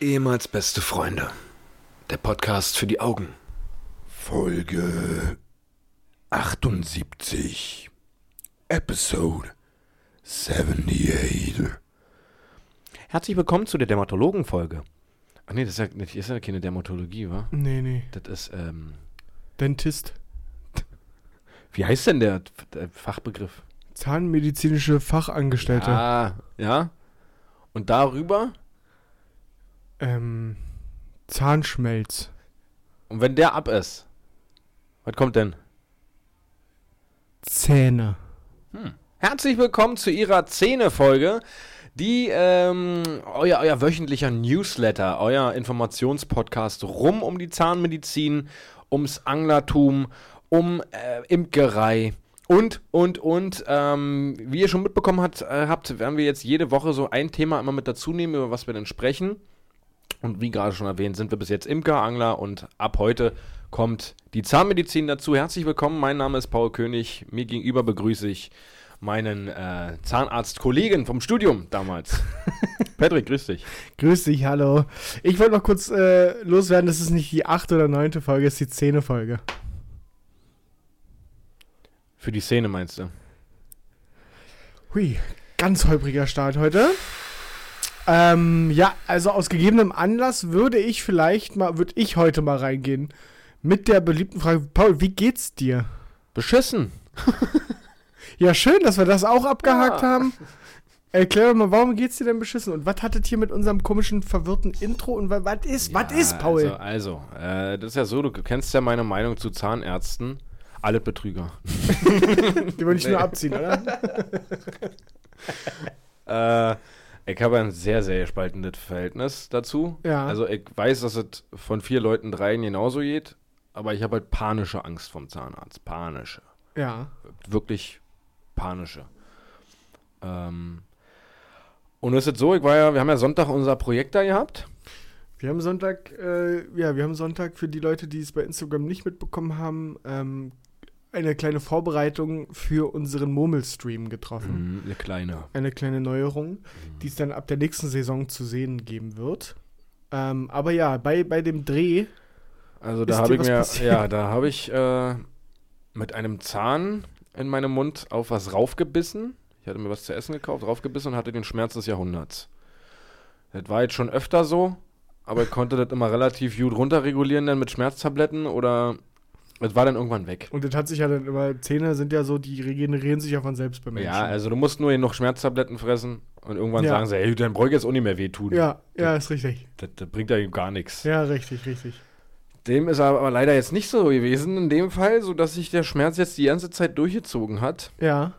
Ehemals beste Freunde. Der Podcast für die Augen. Folge 78, Episode 78. Herzlich willkommen zu der Dermatologen-Folge. Ach nee, das ist ja, nicht- ist ja keine Dermatologie, wa? Nee, nee. Das ist, ähm, Dentist. wie heißt denn der, der Fachbegriff? Zahnmedizinische Fachangestellte. Ah, ja. Und darüber, Ähm, Zahnschmelz. und wenn der ab ist, was kommt denn? Zähne. Herzlich willkommen zu Ihrer Zähne-Folge, die ähm, euer, euer wöchentlicher Newsletter, euer Informationspodcast rum um die Zahnmedizin, ums Anglertum, um äh, Imkerei und, und, und. Ähm, wie ihr schon mitbekommen habt, äh, habt, werden wir jetzt jede Woche so ein Thema immer mit dazu nehmen, über was wir dann sprechen. Und wie gerade schon erwähnt, sind wir bis jetzt Imker, Angler und ab heute kommt die Zahnmedizin dazu. Herzlich willkommen, mein Name ist Paul König. Mir gegenüber begrüße ich meinen äh, Zahnarztkollegen vom Studium damals. Patrick, grüß dich. Grüß dich, hallo. Ich wollte noch kurz äh, loswerden, das ist nicht die achte oder neunte Folge, es ist die zehnte Folge. Für die Szene meinst du? Hui, ganz holpriger Start heute. Ähm, ja, also aus gegebenem Anlass würde ich vielleicht mal, würde ich heute mal reingehen mit der beliebten Frage, Paul, wie geht's dir? Beschissen. Ja, schön, dass wir das auch abgehakt Ja. haben. Erklär doch mal, warum geht's dir denn beschissen? Und was hattet hier mit unserem komischen, verwirrten Intro? Und wa- was ist, was ist, Paul? Also, also äh, das ist ja so, du kennst ja meine Meinung zu Zahnärzten. Alle Betrüger. Die würde ich nur abziehen, oder? Äh, ich habe ein sehr, sehr spaltendes Verhältnis dazu. Ja. Also ich weiß, dass es von vier Leuten dreien genauso geht, aber ich habe halt panische Angst vom Zahnarzt. Panische. ja. Wirklich panische. Ähm, und es ist so, ich war ja, wir haben ja Sonntag unser Projekt da gehabt. Wir haben Sonntag, äh, ja, wir haben Sonntag für die Leute, die es bei Instagram nicht mitbekommen haben, ähm, eine kleine Vorbereitung für unseren Murmelstream getroffen. Mhm, Eine kleine. Eine kleine Neuerung, die es dann ab der nächsten Saison zu sehen geben wird. Ähm, aber ja, bei, bei dem Dreh Also Ist da dir habe ich was mir, passiert? ja, da habe ich äh, mit einem Zahn in meinem Mund auf was raufgebissen. Ich hatte mir was zu essen gekauft, raufgebissen und hatte den Schmerz des Jahrhunderts. Das war jetzt schon öfter so, aber ich konnte das immer relativ gut runterregulieren dann mit Schmerztabletten oder es war dann irgendwann weg. Und das hat sich ja dann immer, Zähne sind ja so, die regenerieren sich ja von selbst bei Menschen. Ja, also du musst nur noch Schmerztabletten fressen und irgendwann Ja. sagen sie, hey, dein Bräuch jetzt auch nicht mehr wehtun. ja, ja, ist richtig. Das, das bringt ja gar nichts. Ja, richtig, richtig. Dem ist aber leider jetzt nicht so gewesen in dem Fall, sodass sich der Schmerz jetzt die ganze Zeit durchgezogen hat. Ja.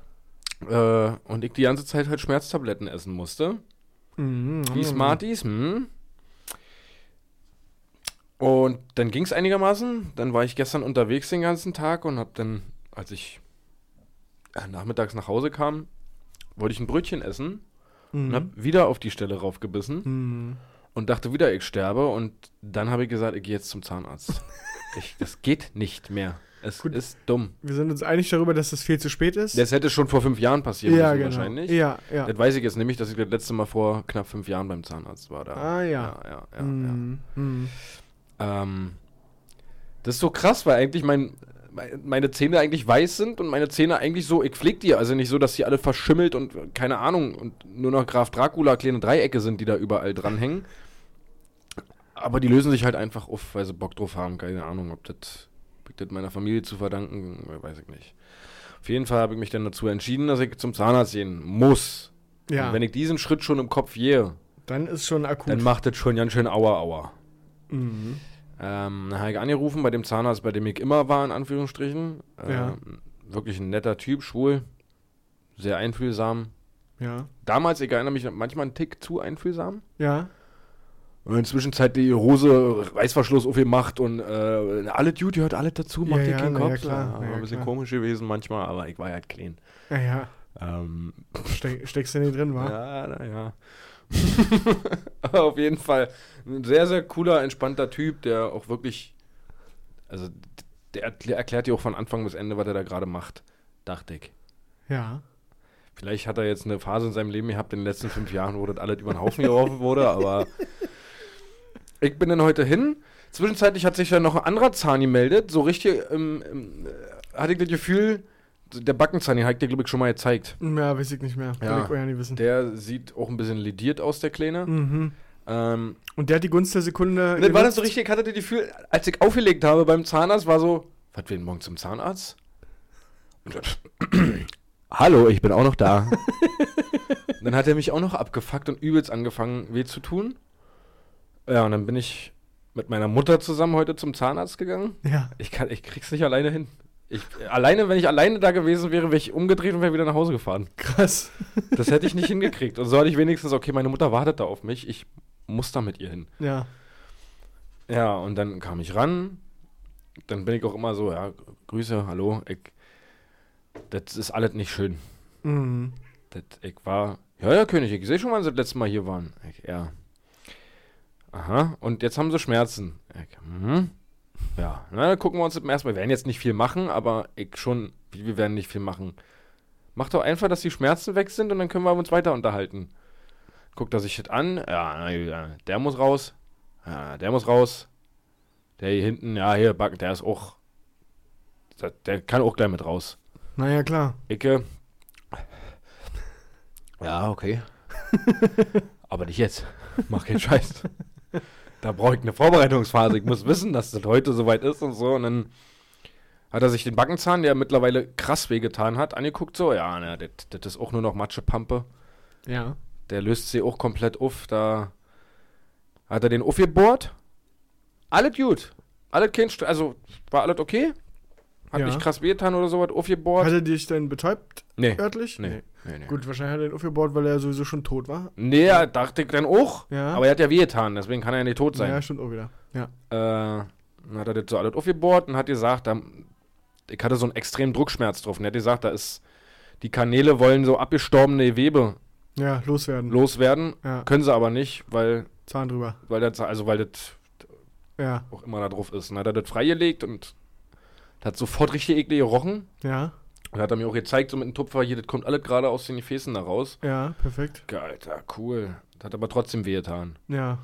Äh, und ich die ganze Zeit halt Schmerztabletten essen musste. Mhm. Die Smarties, hm. Und dann ging es einigermaßen. Dann war ich gestern unterwegs den ganzen Tag und hab dann, als ich äh, nachmittags nach Hause kam, wollte ich ein Brötchen essen und hab Mhm. wieder auf die Stelle raufgebissen Mhm. und dachte wieder, ich sterbe. Und dann habe ich gesagt, ich gehe jetzt zum Zahnarzt. ich, das geht nicht mehr. Es Gut. ist dumm. Wir sind uns einig darüber, dass das viel zu spät ist. Das hätte schon vor fünf Jahren passieren ja, müssen genau. wahrscheinlich. Ja, ja. Das weiß ich jetzt nämlich, dass ich das letzte Mal vor knapp fünf Jahren beim Zahnarzt war. Da. Ah, ja. ja, ja, ja, mhm. Mhm. ja. Ähm, das ist so krass, weil eigentlich mein, mein- meine Zähne eigentlich weiß sind und meine Zähne eigentlich so, ich pfleg die. Also nicht so, dass sie alle verschimmelt und keine Ahnung und nur noch Graf Dracula kleine Dreiecke sind, die da überall dranhängen. Aber die lösen sich halt einfach auf, weil sie Bock drauf haben. Keine Ahnung, ob das, ob ich das meiner Familie zu verdanken, weiß ich nicht. Auf jeden Fall habe ich mich dann dazu entschieden, dass ich zum Zahnarzt gehen muss. Ja, Und wenn ich diesen Schritt schon im Kopf gehe, dann ist schon akut. dann macht das schon ganz schön Aua Aua. mhm. Ähm, dann habe ich angerufen bei dem Zahnarzt, bei dem ich immer war, in Anführungsstrichen. Ähm, Ja. Wirklich ein netter Typ, schwul, sehr einfühlsam. Ja. Damals, ich erinnere mich manchmal einen Tick zu einfühlsam. Ja. Und inzwischen hat die Hose Reißverschluss aufgemacht und äh, alle Duty hört alle dazu, macht Ja, ihr ja, keinen na ja, Kopf. klar, na war ja, ein bisschen klar. komisch gewesen manchmal, aber ich war ja clean. Ja, ja. Ähm, Ste steckst du nicht drin, wa? Ja, naja. Aber auf jeden Fall ein sehr, sehr cooler, entspannter Typ, der auch wirklich, also d- der erklä- erklärt dir auch von Anfang bis Ende, was er da gerade macht, dachte ich. Ja. Vielleicht hat er jetzt eine Phase in seinem Leben gehabt in den letzten fünf Jahren, wo das alles über den Haufen geworfen wurde, aber Ich bin dann heute hin. Zwischenzeitlich hat sich ja noch ein anderer Zahn gemeldet. So richtig ähm, ähm, äh, hatte ich das Gefühl, der Backenzahn, den habe ich dir, glaube ich, schon mal gezeigt. Ja, weiß ich nicht mehr. Ja. Kann ich euch ja nicht wissen. Der sieht auch ein bisschen lediert aus, der Kleine. mhm. Ähm, Und der hat die Gunst der Sekunde. und dann war das genutzt. so richtig, ich hatte das Gefühl, als ich aufgelegt habe beim Zahnarzt, war so, was will denn morgen zum Zahnarzt? Und dann, Hallo, ich bin auch noch da. Und dann hat er mich auch noch abgefuckt und übelst angefangen, weh zu tun. Ja, und dann bin ich mit meiner Mutter zusammen heute zum Zahnarzt gegangen. Ja. Ich, kann, ich krieg's nicht alleine hin. Ich, alleine, wenn ich alleine da gewesen wäre, wäre ich umgedreht und wäre wieder nach Hause gefahren. Krass. Das hätte ich nicht hingekriegt. Und so hatte ich wenigstens, okay, meine Mutter wartet da auf mich, ich muss da mit ihr hin. Ja. Ja, und dann kam ich ran. Dann bin ich auch immer so, ja, Grüße, hallo. Ich, das ist alles nicht schön. Mhm. Das, ich war, ja, ja, König, ich sehe schon, wann sie das letzte Mal hier waren. Ich, ja. Aha, und jetzt haben sie Schmerzen. Ich, mhm. Ja, na, dann gucken wir uns das erstmal. Wir werden jetzt nicht viel machen, aber ich schon, wir wir werden nicht viel machen. Mach doch einfach, dass die Schmerzen weg sind und dann können wir uns weiter unterhalten. Guckt er sich das an. Ja, na, ja, der muss raus. Ja, der muss raus. Der hier hinten, ja, hier, Backen, der ist auch. der- Der kann auch gleich mit raus. Naja, klar. Ecke. Ja, okay. Aber nicht jetzt. Mach keinen Scheiß. Da brauche ich eine Vorbereitungsphase. Ich muss wissen, dass das heute soweit ist und so. Und dann hat er sich den Backenzahn, der mittlerweile krass wehgetan hat, angeguckt. So, ja, na, das das ist auch nur noch Matschepampe. Ja. Der löst sie auch komplett auf. Da hat er den aufgebohrt. Alles gut. Alles kein St Also, war alles okay. Hat Ja. nicht krass wehgetan oder sowas. Aufgebohrt. Hat er dich denn betäubt, Nee. örtlich? Nee. nee, nee. Gut, wahrscheinlich hat er ihn aufgebaut, weil er sowieso schon tot war. Nee, ja, dachte ich dann auch. Ja. Aber er hat ja wehgetan, deswegen kann er ja nicht tot Ja, sein. stimmt auch wieder. Ja. äh, dann hat er das so alles aufgebohrt und hat gesagt, da, ich hatte so einen extremen Druckschmerz drauf. Und er hat gesagt, da ist, die Kanäle wollen so abgestorbene Gewebe Ja, loswerden. loswerden, ja, können sie aber nicht, weil, Zahn drüber. weil das, also weil das Ja. auch immer da drauf ist. Und dann hat er das freigelegt und das hat sofort richtig eklig gerochen. Ja. Und hat er mir auch gezeigt, so mit dem Tupfer, hier, das kommt alles gerade aus den Gefäßen da raus. Ja, perfekt. Ge- Alter, cool. Das hat aber trotzdem wehgetan. Ja.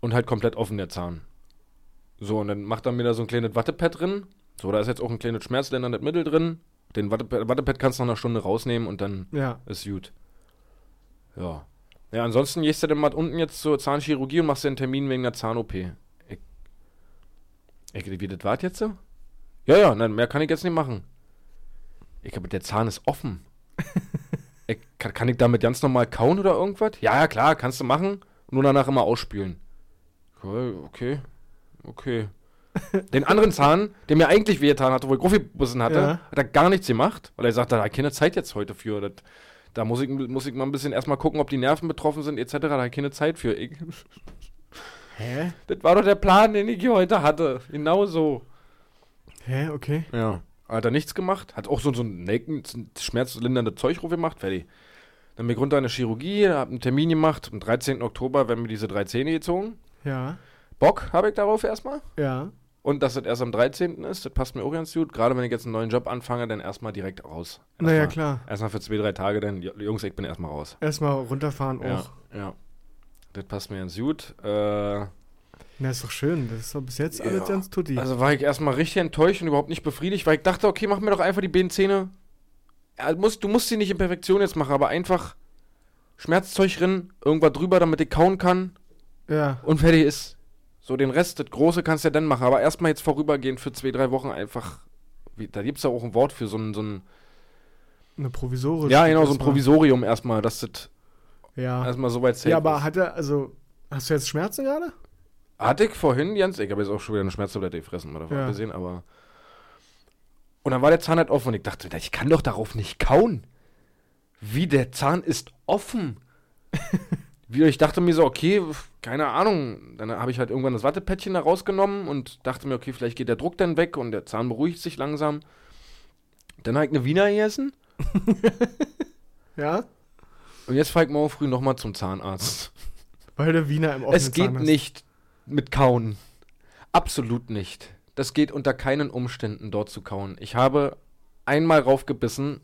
und halt komplett offen der Zahn. So, und dann macht er mir da so ein kleines Wattepad drin. So, da ist jetzt auch ein kleines Schmerzländer in das Mittel drin. Den Wattepad, Wattepad kannst du nach einer Stunde rausnehmen und dann Ja. ist gut. Ja. Ja, ansonsten gehst du dann mal unten jetzt zur Zahnchirurgie und machst dir einen Termin wegen der Zahn-OP. Ich, ich, wie das war jetzt so? Ja, ja, nein, mehr kann ich jetzt nicht machen. Ich aber der Zahn ist offen. ich, kann, kann ich damit ganz normal kauen oder irgendwas? Ja, ja, klar, kannst du machen. Nur danach immer ausspülen. Cool, okay. Okay. Den anderen Zahn, der mir eigentlich wehgetan hatte, wo ich Profibussen hatte, Ja. hat er gar nichts gemacht, weil er sagt, da hat er keine Zeit jetzt heute für. Das, da muss ich, muss ich mal ein bisschen erstmal gucken, ob die Nerven betroffen sind, etc. Da hat er keine Zeit für. Ich, Hä? das war doch der Plan, den ich hier heute hatte. Genau so. Hä, okay. Ja. Hat er nichts gemacht, hat auch so, so ein Nelken, schmerzlindernde Zeug ruf gemacht, fertig. Dann bin ich runter in eine Chirurgie, hab einen Termin gemacht, am 13. Oktober werden mir diese drei Zähne gezogen. Ja. Bock habe ich darauf erstmal. Ja. Und dass das erst am 13. ist, das passt mir auch ganz gut. Gerade wenn ich jetzt einen neuen Job anfange, dann erstmal direkt raus. Erstmal, Naja, klar. Erstmal für zwei, drei Tage, dann, Jungs, ich bin erstmal raus. Erstmal runterfahren Ja, auch. ja. Das passt mir ganz gut. Äh, Na, ist doch schön. Das ist doch bis jetzt alles Ja. ganz tutti. Also war ich erstmal richtig enttäuscht und überhaupt nicht befriedigt, weil ich dachte, okay, mach mir doch einfach die Benzähne. Ja, du musst- du musst sie nicht in Perfektion jetzt machen, aber einfach Schmerzzeug rin, irgendwas drüber, damit ich kauen kann ja. und fertig ist. So, den Rest, das Große kannst du ja dann machen, aber erstmal jetzt vorübergehend für zwei, drei Wochen einfach. Wie, da gibt's ja auch ein Wort für so ein. So ein Eine provisorische. ja, genau, so ein erstmal. Provisorium erstmal, dass das Ja. erstmal so weit safe ja, aber ist. hat er, also, hast du jetzt Schmerzen gerade? Hatte ich vorhin, Jens, ich habe jetzt auch schon wieder eine Schmerztablette gefressen, mal davon Ja. abgesehen, aber. Und dann war der Zahn halt offen und ich dachte, ich kann doch darauf nicht kauen. Wie, der Zahn ist offen. Wie, ich dachte mir so, okay, keine Ahnung. Dann habe ich halt irgendwann das Wattepäckchen da rausgenommen und dachte mir, okay, vielleicht geht der Druck dann weg und der Zahn beruhigt sich langsam. Dann habe ich eine Wiener gegessen Ja. und jetzt fahre ich morgen früh nochmal zum Zahnarzt. Weil der Wiener im offenen es geht Zahn hast. nicht mit Kauen. Absolut nicht. Das geht unter keinen Umständen dort zu kauen. Ich habe einmal raufgebissen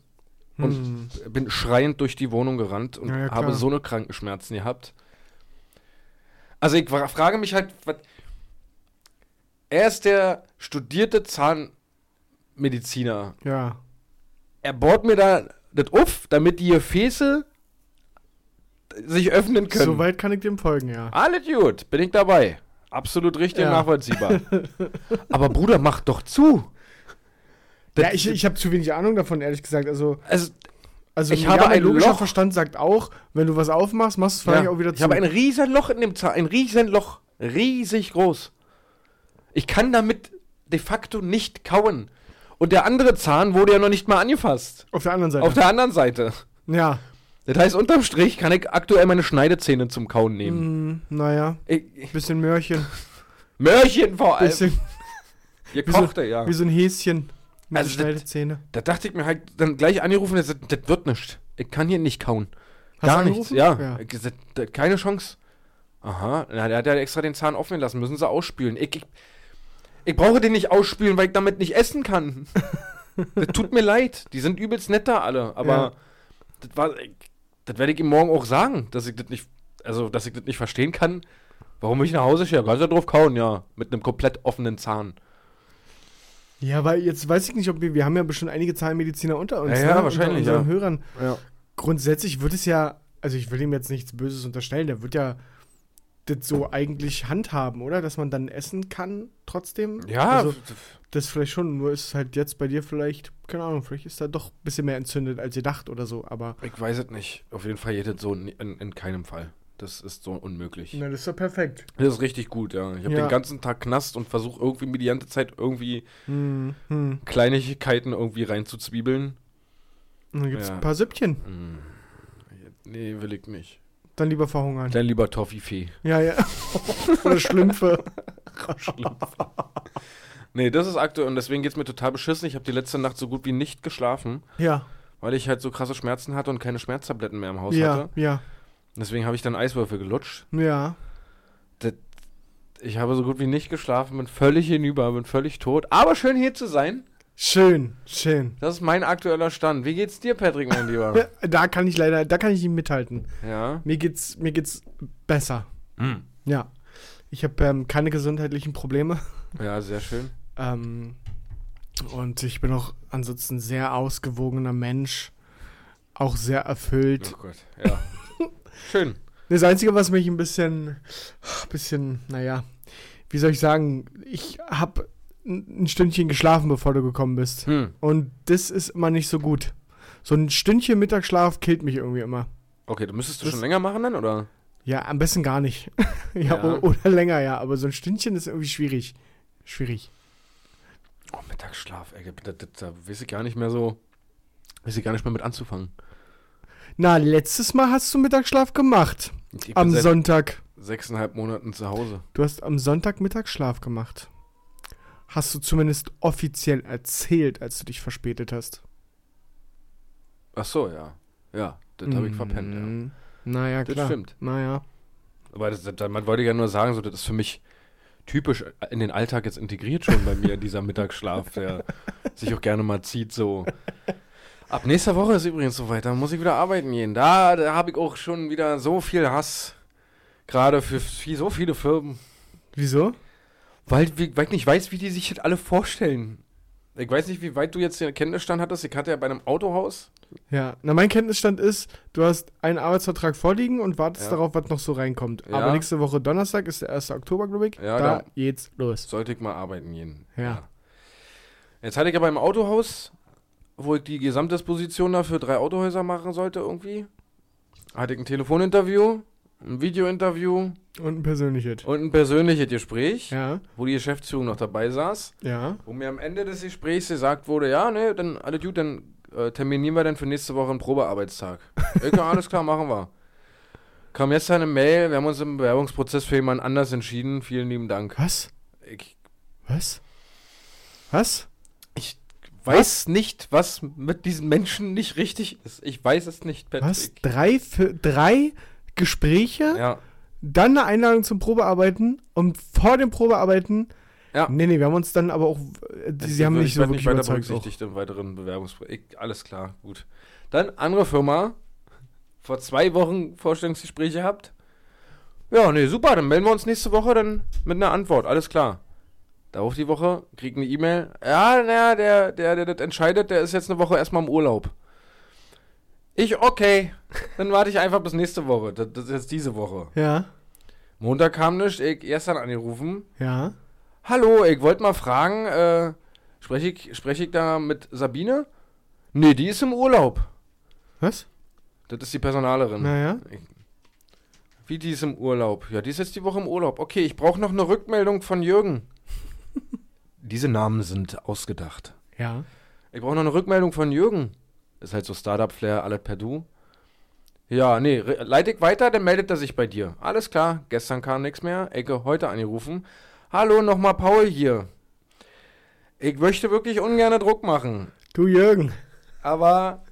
und Hm. bin schreiend durch die Wohnung gerannt und Ja, ja, klar. habe so eine Krankenschmerzen gehabt. Also ich fra- frage mich halt, was- er ist der studierte Zahnmediziner. Ja. Er bohrt mir da das auf, damit die Gefäße sich öffnen können. Ah, Soweit kann ich dem folgen, ja. Alles gut, bin ich dabei. Absolut richtig Ja. und nachvollziehbar. Aber Bruder, mach doch zu. Das- ja, ich, ich habe zu wenig Ahnung davon, ehrlich gesagt. Also, also, also Ich ja, habe mein ein logischer Loch. Verstand sagt auch, wenn du was aufmachst, machst du es vielleicht ja, auch wieder ich zu. habe ein riesen Loch in dem Zahn, ein riesen Loch, riesig groß. Ich kann damit de facto nicht kauen. Und der andere Zahn wurde ja noch nicht mal angefasst. Auf der anderen Seite. Auf der anderen Seite. ja. Das heißt, unterm Strich kann ich aktuell meine Schneidezähne zum Kauen nehmen. Mm, naja, Ich, bisschen Möhrchen, Mörchen vor allem. bisschen Gekochte, ja. wie so ein Häschen mit Also also Schneidezähne. Da dachte ich mir halt dann gleich angerufen, das, das wird nicht. Ich kann hier nicht kauen. Hast Gar du nichts, angerufen? ja. Ja. Ich gesagt, da- Keine Chance. Aha, na, der hat ja extra den Zahn offen lassen, müssen sie ausspülen. Ich, ich, ich brauche den nicht ausspülen, weil ich damit nicht essen kann. das tut mir leid. Die sind übelst nett da alle, aber Ja. das, war, ich, das werde ich ihm morgen auch sagen, dass ich das nicht, also dass ich das nicht verstehen kann, warum ich nach Hause schiebe. Kannst du drauf kauen, ja. Mit einem komplett offenen Zahn. Ja, weil jetzt weiß ich nicht, ob wir, wir haben ja bestimmt einige Zahnmediziner unter uns. Ja, ja, ne? wahrscheinlich, Unter unseren ja. Hörern. Ja. Grundsätzlich wird es ja, also ich will ihm jetzt nichts Böses unterstellen, der wird ja das so eigentlich handhaben, oder? Dass man dann essen kann trotzdem. Ja, Also, das vielleicht schon, nur ist es halt jetzt bei dir vielleicht, keine Ahnung, vielleicht ist da doch ein bisschen mehr entzündet als ihr dacht oder so, aber. Ich weiß es nicht. Auf jeden Fall geht das so in, in, in keinem Fall. Das ist so unmöglich. Na, das ist ja perfekt. Das ist richtig gut, ja. Ich habe Ja. den ganzen Tag Knast und versuche irgendwie mir die ganze Zeit irgendwie Hm, hm. Kleinigkeiten irgendwie reinzuzwiebeln. Und dann gibt's Ja. ein paar Süppchen. Hm. Nee, will ich nicht. Dann lieber verhungern. Dann lieber Toffifee. Ja, ja. Oder Schlümpfe. Nee, das ist aktuell und deswegen geht's mir total beschissen. Ich habe die letzte Nacht so gut wie nicht geschlafen, Ja, weil ich halt so krasse Schmerzen hatte und keine Schmerztabletten mehr im Haus ja, hatte. ja, Deswegen habe ich dann Eiswürfel gelutscht. ja. Ich habe so gut wie nicht geschlafen, bin völlig hinüber, bin völlig tot. Aber schön hier zu sein. Schön, schön. Das ist mein aktueller Stand. Wie geht's dir, Patrick, mein Lieber? Ja, Da kann ich leider, da kann ich nicht mithalten. ja. Mir geht's, mir geht's besser. Hm. Ja. Ich habe ähm, keine gesundheitlichen Probleme. Ja, sehr schön. Ähm, und ich bin auch ansonsten sehr ausgewogener Mensch. Auch sehr erfüllt. Oh Gott, ja. schön. Das Einzige, was mich ein bisschen, bisschen, naja, wie soll ich sagen, ich habe ein ein Stündchen geschlafen, bevor du gekommen bist. Hm. Und das ist immer nicht so gut. So ein Stündchen Mittagsschlaf killt mich irgendwie immer. Okay, dann müsstest du Das- schon länger machen dann, oder? Ja, am besten gar nicht. ja, Ja. o- oder länger, ja. Aber so ein Stündchen ist irgendwie schwierig. Schwierig. Oh, Mittagsschlaf, ey. Da, da, da weiß ich gar nicht mehr so. Weiß ich gar nicht mehr mit anzufangen. Na, letztes Mal hast du Mittagsschlaf gemacht. Ich bin am seit Sonntag. sechseinhalb Monaten zu Hause. Du hast am Sonntag Mittagsschlaf gemacht. Hast du zumindest offiziell erzählt, als du dich verspätet hast. Ach so, ja. Ja, das habe ich verpennt, ja. Mhm. Naja, Das klar. stimmt. Naja. Aber das, das, man wollte ja nur sagen, so, das ist für mich typisch äh, in den Alltag jetzt integriert schon bei mir, dieser Mittagsschlaf, der sich auch gerne mal zieht, so. Ab nächster Woche ist übrigens soweit, da muss ich wieder arbeiten gehen. Da, da habe ich auch schon wieder so viel Hass, gerade für viel, so viele Firmen, Wieso? weil, wie- weil ich nicht weiß, wie die sich das alle vorstellen. Ich weiß nicht, wie weit du jetzt den Kenntnisstand hattest. Ich hatte ja bei einem Autohaus. Ja, na mein Kenntnisstand ist, du hast einen Arbeitsvertrag vorliegen und wartest Ja. darauf, was noch so reinkommt. Ja. Aber nächste Woche Donnerstag ist der 1. Oktober, glaube ich. Ja, da genau. geht's los. Sollte ich mal arbeiten gehen. Ja. Jetzt hatte ich ja beim Autohaus, wo ich die Gesamtdisposition dafür drei Autohäuser machen sollte irgendwie, hatte ich ein Telefoninterview, ein Videointerview Und ein persönliches. und ein persönliches Gespräch, Ja, wo die Geschäftsführung noch dabei saß, ja. wo mir am Ende des Gesprächs gesagt wurde, ja, ne, dann alles gut, dann äh, terminieren wir dann für nächste Woche einen Probearbeitstag. Ich, ja, alles klar, machen wir. Kam gestern eine Mail, wir haben uns im Bewerbungsprozess für jemand anders entschieden, vielen lieben Dank. Was? Ich Was? Was? Ich weiß nicht, was mit diesen Menschen nicht richtig ist. Ich weiß es nicht, Was? Patrick. Drei, für, drei Gespräche, Ja. dann eine Einladung zum Probearbeiten und vor dem Probearbeiten. Ja. Nee, nee, wir haben uns dann aber auch. äh, Es Sie haben wird- nicht ich so werd wirklich weiter überzeugt. Auch. berücksichtigt im weiteren Bewerbungsprojekt. Alles klar, gut. Dann andere Firma. Vor zwei Wochen Vorstellungsgespräch gehabt. Ja, nee, super. Dann melden wir uns nächste Woche dann mit einer Antwort. Alles klar. Darauf die Woche, kriegen eine E-Mail. Ja, naja, der, der, der das entscheidet, der ist jetzt eine Woche erstmal im Urlaub. Ich, okay. Dann warte ich einfach bis nächste Woche. Das, das ist jetzt diese Woche. Ja, Montag kam nicht, ich gestern angerufen. ja. Hallo, ich wollte mal fragen, äh, spreche ich, sprech ich da mit Sabine? Nee, die ist im Urlaub. Was? Das ist die Personalerin. Naja. Wie die ist im Urlaub? Ja, die ist jetzt die Woche im Urlaub. Okay, ich brauche noch eine Rückmeldung von Jürgen. Diese Namen sind ausgedacht. Ja. Ich brauche noch eine Rückmeldung von Jürgen. Ist halt so Startup-Flair, alles per Du. Ja, nee, re- leite ich weiter, dann meldet er sich bei dir. Alles klar, gestern kam nichts mehr. Ecke heute angerufen. Hallo, nochmal Paul hier. Ich möchte wirklich ungerne Druck machen. Du Jürgen. Aber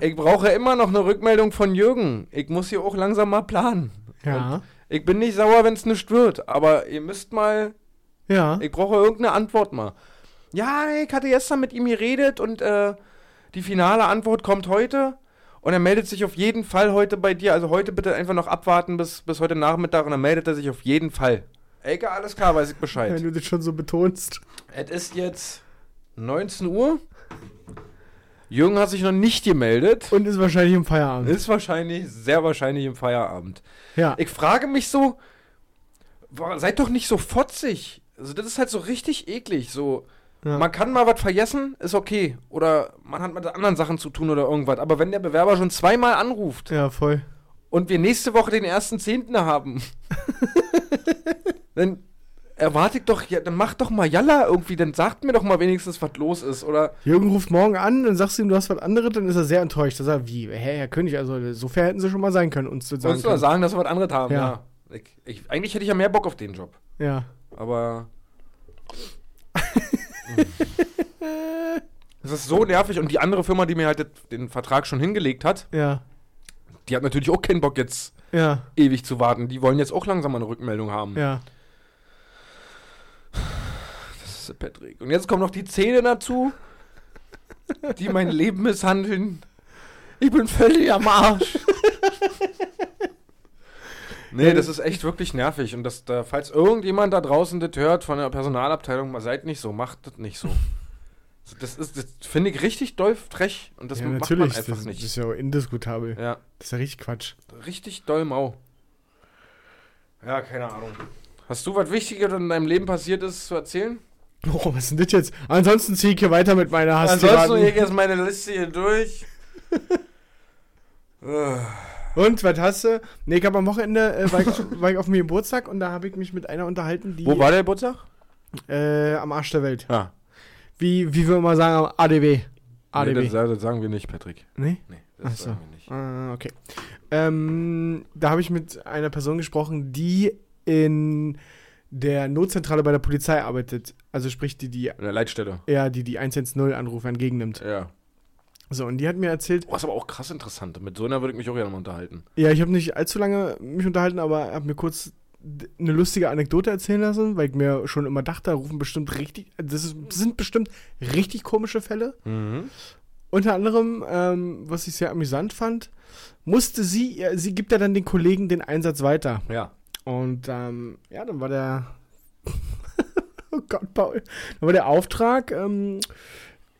ich brauche immer noch eine Rückmeldung von Jürgen. Ich muss hier auch langsam mal planen. Ja. Ich bin nicht sauer, wenn es nicht wird, aber ihr müsst mal. ja. Ich brauche irgendeine Antwort mal. Ja, ich hatte gestern mit ihm geredet und äh, die finale Antwort kommt heute. Und er meldet sich auf jeden Fall heute bei dir. Also heute bitte einfach noch abwarten bis, bis heute Nachmittag und dann meldet er sich auf jeden Fall. Ecke, alles klar, weiß ich Wenn Bescheid. du das schon so betonst. Es ist jetzt 19 Uhr. Jürgen hat sich noch nicht gemeldet. Und ist wahrscheinlich im Feierabend. Ist wahrscheinlich, sehr wahrscheinlich im Feierabend. ja. Ich frage mich so, wa- seid doch nicht so fotzig. Also das ist halt so richtig eklig. So, Ja. man kann mal was vergessen, ist okay. Oder man hat mit anderen Sachen zu tun oder irgendwas. Aber wenn der Bewerber schon zweimal anruft ja, voll. und wir nächste Woche den ersten Zehnten haben, dann erwarte ich doch, ja, dann macht doch mal Jalla irgendwie, dann sagt mir doch mal wenigstens, was los ist. Oder Jürgen ruft morgen an, dann sagst du ihm, du hast was anderes, dann ist er sehr enttäuscht. Dann sagt er, wie, Herr, Herr König, also so fair hätten sie schon mal sein können, uns zu sagen. Sollst du mal Können. sagen, dass wir was anderes haben, Ja. ja. Ich, ich, eigentlich hätte ich ja mehr Bock auf den Job. Ja. Aber. Es ist so nervig und die andere Firma, die mir halt det- den Vertrag schon hingelegt hat, Ja. die hat natürlich auch keinen Bock jetzt Ja. ewig zu warten. Die wollen jetzt auch langsam mal eine Rückmeldung haben. Ja. Das ist Patrick. Und jetzt kommen noch die Zähne dazu, die mein Leben misshandeln. Ich bin völlig am Arsch. Nee, das ist echt wirklich nervig. Und das, da, falls irgendjemand da draußen das hört von der Personalabteilung, mal seid nicht so, macht das nicht so. Das ist, das finde ich richtig doll frech und das ja, macht natürlich. man einfach das, nicht. das ist ja auch indiskutabel. ja, Das ist ja richtig Quatsch. richtig doll mau. Ja, keine Ahnung. Hast du was Wichtiges in deinem Leben passiert ist zu erzählen? Oh, was ist denn das jetzt? Ansonsten ziehe ich hier weiter mit meiner Hass. Ansonsten gehe ich jetzt meine Liste hier durch. Äh, Und, was hast du? Nee, ich habe am Wochenende, äh, war, ich, war ich auf meinem Geburtstag und da habe ich mich mit einer unterhalten, die Wo war der Geburtstag? äh, am Arsch der Welt. Ja. Wie, wie wir immer sagen, am ADW. ADW. Nee, das, das sagen wir nicht, Patrick. nee? Nee, Ach das so. sagen wir nicht. Ah, okay. Ähm, da habe ich mit einer Person gesprochen, die in der Notzentrale bei der Polizei arbeitet. Also sprich, die die, An der Leitstelle. ja, die, die 110-Anrufe entgegennimmt. Ja. So, und die hat mir erzählt, Oh, ist aber auch krass interessant. Mit so einer würde ich mich auch gerne mal unterhalten. ja, ich habe nicht allzu lange mich unterhalten, aber habe mir kurz d- eine lustige Anekdote erzählen lassen, weil ich mir schon immer dachte, da rufen bestimmt richtig, also das ist, sind bestimmt richtig komische Fälle. Mhm. Unter anderem, ähm, was ich sehr amüsant fand, musste sie, ihr- sie gibt ja dann den Kollegen den Einsatz weiter. Ja. Und ähm, ja, dann war der. oh Gott, Paul. Dann war der Auftrag, ähm,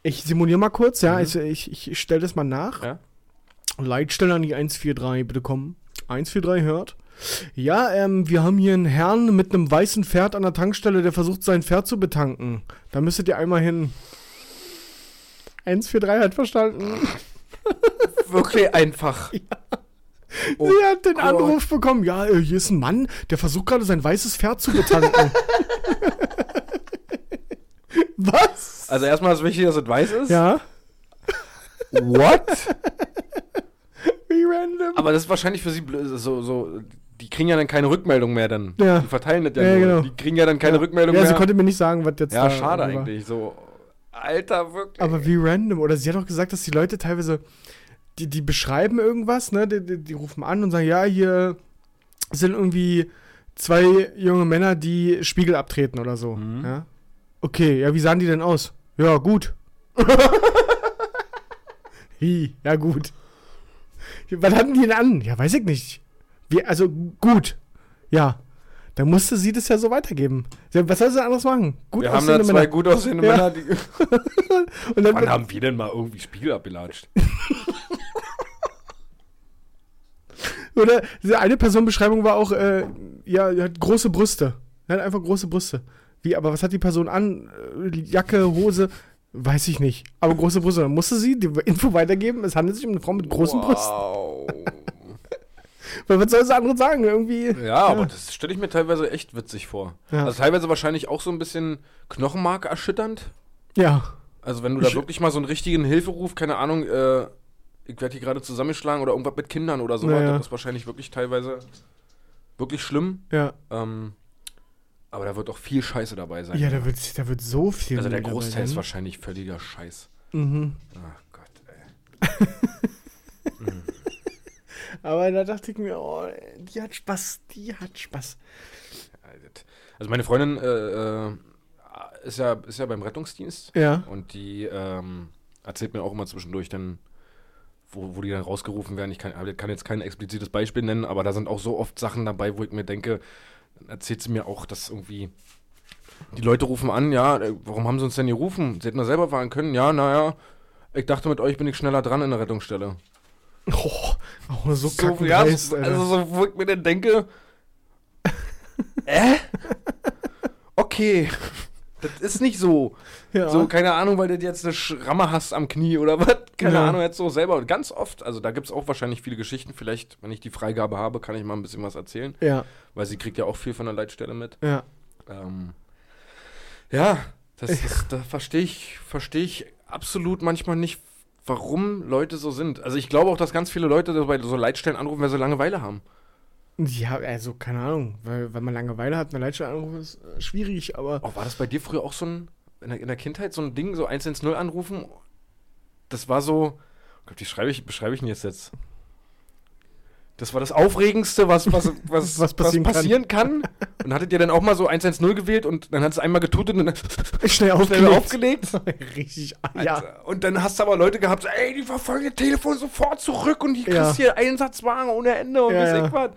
ich simuliere mal kurz, ja, Mhm. also ich, ich, ich stelle das mal nach. Ja. Leitstelle an die 143, bitte kommen. 143 hört. Ja, ähm, wir haben hier einen Herrn mit einem weißen Pferd an der Tankstelle, der versucht, sein Pferd zu betanken. Da müsstet ihr einmal hin. 143 hat verstanden. Wirklich einfach. Oh Sie hat den Gott. Anruf bekommen. Ja, äh, hier ist ein Mann, der versucht gerade sein weißes Pferd zu betanken. Was? Also erstmal ist wichtig, dass es weiß ist. Ja, What? wie random. aber das ist wahrscheinlich für sie blöd. So, so, die kriegen ja dann keine Rückmeldung mehr dann. Ja. Die verteilen das ja, Ja, nur. genau. Die kriegen ja dann keine Rückmeldung ja, mehr. sie konnte mir nicht sagen, was jetzt ja, da schade war. eigentlich. So, Alter, wirklich. Aber wie random. Oder sie hat auch gesagt, dass die Leute teilweise, die, die beschreiben irgendwas, ne? Die, die, die rufen an und sagen, ja, hier sind irgendwie zwei junge Männer, die Spiegel abtreten oder so. Mhm. Ja? Okay, ja, wie sahen die denn aus? Ja, gut. Hi, ja, gut. Was hatten die denn an? Ja, weiß ich nicht. Wie, also, gut. Ja. Dann musste sie das ja so weitergeben. Sie- Was soll sie denn anderes machen? Gut Wir haben da zwei Männer. gut aussehende Ja. Männer. Die, Und dann wann haben wir denn mal irgendwie Spiegel abgelatscht? Oder diese eine Personenbeschreibung war auch, äh, ja, die hat große Brüste. Die hat einfach große Brüste. Wie, aber was hat die Person an? Äh, Jacke, Hose? Weiß ich nicht. Aber große Brüste. Dann musste sie die Info weitergeben, es handelt sich um eine Frau mit großen Brüsten. Wow. Weil was soll sie anderen sagen? Irgendwie. Ja, aber das stelle ich mir teilweise echt witzig vor. Ja. Also teilweise wahrscheinlich auch so ein bisschen Knochenmark erschütternd. Ja. Also wenn du da wirklich mal so einen richtigen Hilferuf, keine Ahnung, äh, ich werde hier gerade zusammengeschlagen oder irgendwas mit Kindern oder so, Naja. das ist wahrscheinlich wirklich teilweise wirklich schlimm. Ja. Ähm, aber da wird auch viel Scheiße dabei sein. Ja, da wird, da wird so viel. also der dabei Großteil ist sein. wahrscheinlich völliger Scheiß. Mhm. Ach Gott, ey. Aber da dachte ich mir, oh, die hat Spaß, die hat Spaß. Alter. Also meine Freundin äh, äh, ist, ja, ist ja beim Rettungsdienst. Ja. Und die ähm, erzählt mir auch immer zwischendurch dann, wo, wo die dann rausgerufen werden. Ich kann, aber ich kann jetzt kein explizites Beispiel nennen, aber da sind auch so oft Sachen dabei, wo ich mir denke, dann erzählt sie mir auch, dass irgendwie die Leute rufen an, ja, äh, warum haben sie uns denn gerufen? Sie hätten da selber fahren können, ja, naja. Ich dachte, mit euch bin ich schneller dran in der Rettungsstelle. Oh, oh so, So, kacken ja, dreist, so, Alter. also so, wo ich mir dann denke, äh? Okay, das ist nicht so. ja. So, keine Ahnung, weil du jetzt eine Schramme hast am Knie oder was. Keine Ja. Ahnung, jetzt so selber. Und ganz oft, also da gibt es auch wahrscheinlich viele Geschichten. Vielleicht, wenn ich die Freigabe habe, kann ich mal ein bisschen was erzählen. ja, Weil sie kriegt ja auch viel von der Leitstelle mit. ja. Ähm, ja, das, ist- da verstehe ich, verstehe ich absolut manchmal nicht, warum Leute so sind. Also ich glaube auch, dass ganz viele Leute bei so Leitstellen anrufen, weil sie Langeweile haben. Ja, also keine Ahnung, weil wenn man Langeweile hat, eine Leitstelle anrufen, ist äh, schwierig, aber Oh, war das bei dir früher auch so ein, in der, in der Kindheit so ein Ding, so 110 anrufen? Das war so, ich glaub, die schreibe ich, beschreibe ich denn jetzt jetzt? Das war das Aufregendste, was, was, was, Was passieren kann. kann. Und hattet ihr dann auch mal so 110 gewählt und dann hat es einmal getutet und dann schnell schnell aufgelegt. aufgelegt? Richtig, ja. Alter. Und dann hast du aber Leute gehabt, so, ey, die verfolgen das Telefon sofort zurück und die Ja. kriegst hier Einsatzwagen ohne Ende und Ja, ja, ja. ja. was.